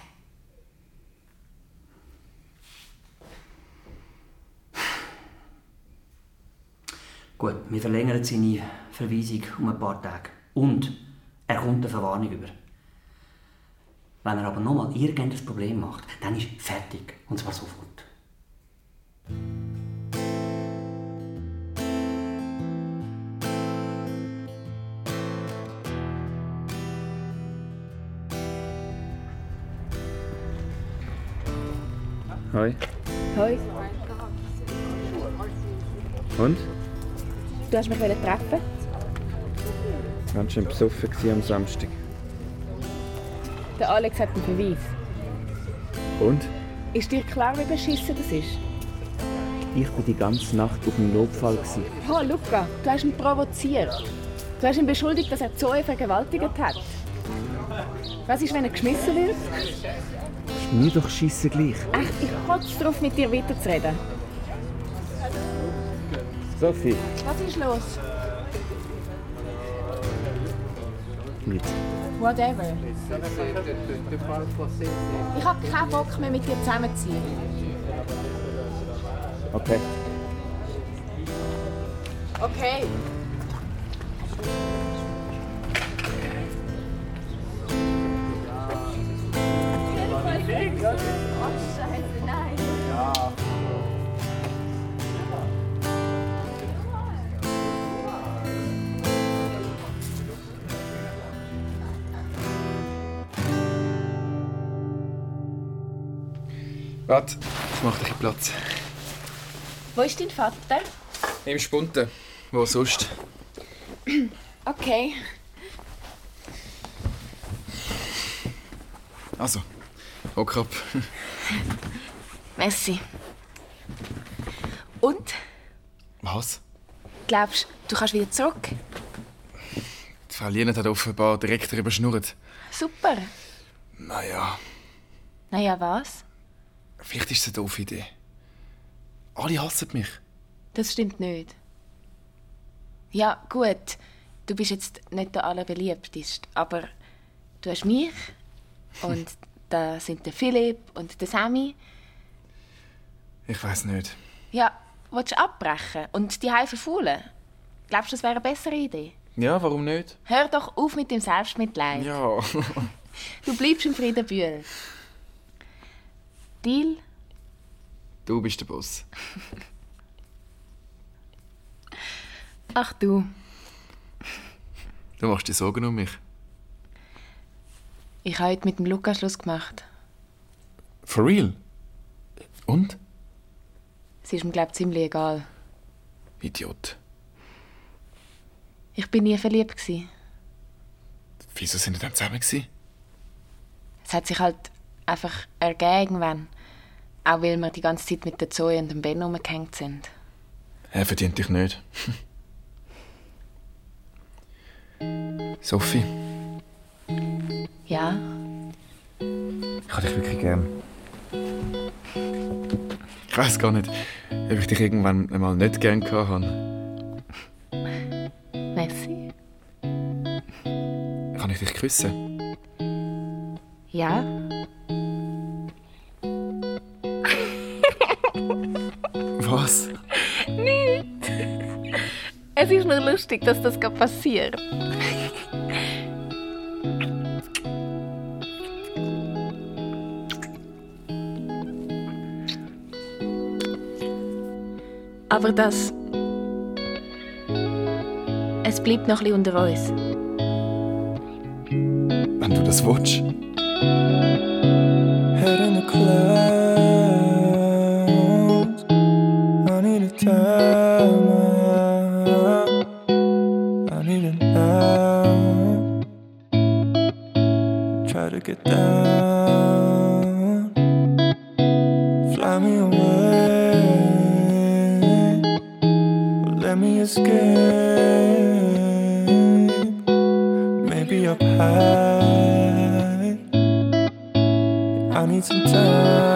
[SPEAKER 10] Gut, wir verlängern seine Verweisung um ein paar Tage. Und er kommt eine Verwarnung über. Wenn er aber nochmal irgendein Problem macht, dann ist fertig. Und zwar sofort.
[SPEAKER 14] Hoi.
[SPEAKER 9] Hoi,
[SPEAKER 14] Und?
[SPEAKER 9] du hast mich treffen
[SPEAKER 14] Ganz schön besoffen gewesen am Samstag.
[SPEAKER 9] Der Alex hat einen Beweis.
[SPEAKER 14] Und?
[SPEAKER 9] Ist dir klar, wie beschissen das ist?
[SPEAKER 14] Ich war die ganze Nacht auf dem Notfall. Gewesen.
[SPEAKER 9] Oh, Luca, du hast ihn provoziert. Du hast ihn beschuldigt, dass er Zoe vergewaltigt hat. Was ist, wenn er geschmissen wird?
[SPEAKER 14] Ist mir doch scheiße gleich.
[SPEAKER 9] Echt, ich kotze drauf, mit dir weiterzureden.
[SPEAKER 14] Sophie,
[SPEAKER 9] Was ist los?
[SPEAKER 14] mit.
[SPEAKER 9] Whatever. Ich habe keinen Bock mehr, mit dir zusammenzuziehen.
[SPEAKER 14] Okay.
[SPEAKER 9] Okay.
[SPEAKER 17] Warte, ich mach dich Platz.
[SPEAKER 9] Wo ist dein Vater?
[SPEAKER 17] Im Spunten. Wo sonst?
[SPEAKER 9] Okay.
[SPEAKER 17] Also, hock ab.
[SPEAKER 9] Merci. Und?
[SPEAKER 17] Was?
[SPEAKER 9] Glaubst du, du kannst wieder zurück?
[SPEAKER 17] Die Frau Lienert hat offenbar direkt darüber geschnurrt.
[SPEAKER 9] Super.
[SPEAKER 17] Naja,
[SPEAKER 9] Naja, was?
[SPEAKER 17] vielleicht ist es eine doofe Idee. Alle hassen mich.
[SPEAKER 9] Das stimmt nicht. Ja, gut. Du bist jetzt nicht der allerbeliebteste, aber du hast mich und da sind der Philipp und der Sammy.
[SPEAKER 17] Ich weiß nicht.
[SPEAKER 9] Ja, willst du abbrechen und die Hause verfaulen? Glaubst du, das wäre eine bessere Idee?
[SPEAKER 17] Ja, warum nicht?
[SPEAKER 9] Hör doch auf mit dem Selbstmitleid.
[SPEAKER 17] Ja.
[SPEAKER 9] Du bleibst im Friedenbühl. Deal?
[SPEAKER 17] du bist der Boss.
[SPEAKER 9] Ach du,
[SPEAKER 17] Du machst dir Sorgen um mich.
[SPEAKER 9] ich habe heute mit dem Lukas Schluss gemacht.
[SPEAKER 17] For real? Und?
[SPEAKER 9] Es ist mir, glaube ich, ziemlich egal.
[SPEAKER 17] Idiot.
[SPEAKER 9] Ich bin nie verliebt. Gewesen.
[SPEAKER 17] Wieso sind wir dann zusammen? Gewesen?
[SPEAKER 9] Es hat sich halt einfach ergeben, wenn. Auch weil wir die ganze Zeit mit der Zoe und dem Ben rumgehängt sind.
[SPEAKER 17] Er Äh, verdient dich nicht. Sophie,
[SPEAKER 9] Ja,
[SPEAKER 17] ich habe dich wirklich gern. Ich weiß gar nicht, ob ich dich irgendwann einmal nicht gern gehabt habe.
[SPEAKER 9] merci.
[SPEAKER 17] Kann ich dich küssen?
[SPEAKER 9] Ja,
[SPEAKER 17] Was?
[SPEAKER 9] nicht. Es ist nur lustig, dass das gerade passiert. Aber das. Es bleibt noch ein bisschen unter uns.
[SPEAKER 17] Wenn du das willst.
[SPEAKER 21] Head in the clouds. I need a time out. I need an hour. Try to get down. Fly me away. Let me escape. Maybe up high. I need some time.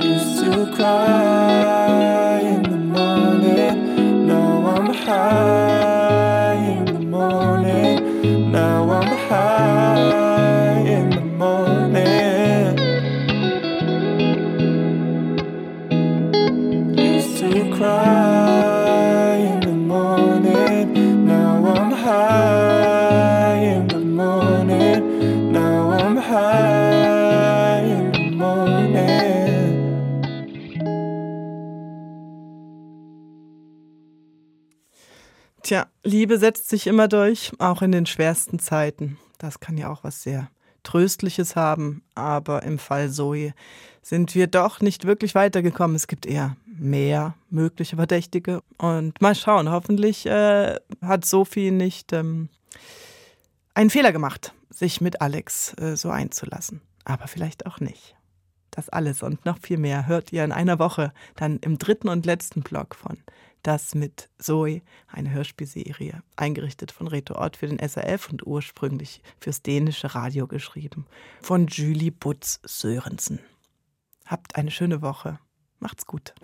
[SPEAKER 21] Used to cry in the morning. Now I'm high in the morning. Now I'm high in the morning. Used to cry in the morning. Now I'm high in the morning. Now I'm high in the morning.
[SPEAKER 1] Tja, Liebe setzt sich immer durch, auch in den schwersten Zeiten. das kann ja auch was sehr Tröstliches haben, aber im Fall Zoe sind wir doch nicht wirklich weitergekommen. Es gibt eher mehr mögliche Verdächtige. Und mal schauen, hoffentlich äh, hat Sophie nicht ähm, einen Fehler gemacht, sich mit Alex äh, so einzulassen. Aber vielleicht auch nicht. Das alles und noch viel mehr hört ihr in einer Woche dann im dritten und letzten Blog von Das mit Zoe, eine Hörspielserie, eingerichtet von Reto Ort für den SRF und ursprünglich fürs dänische Radio geschrieben, von Julie Butz Sörensen. Habt eine schöne Woche. Macht's gut.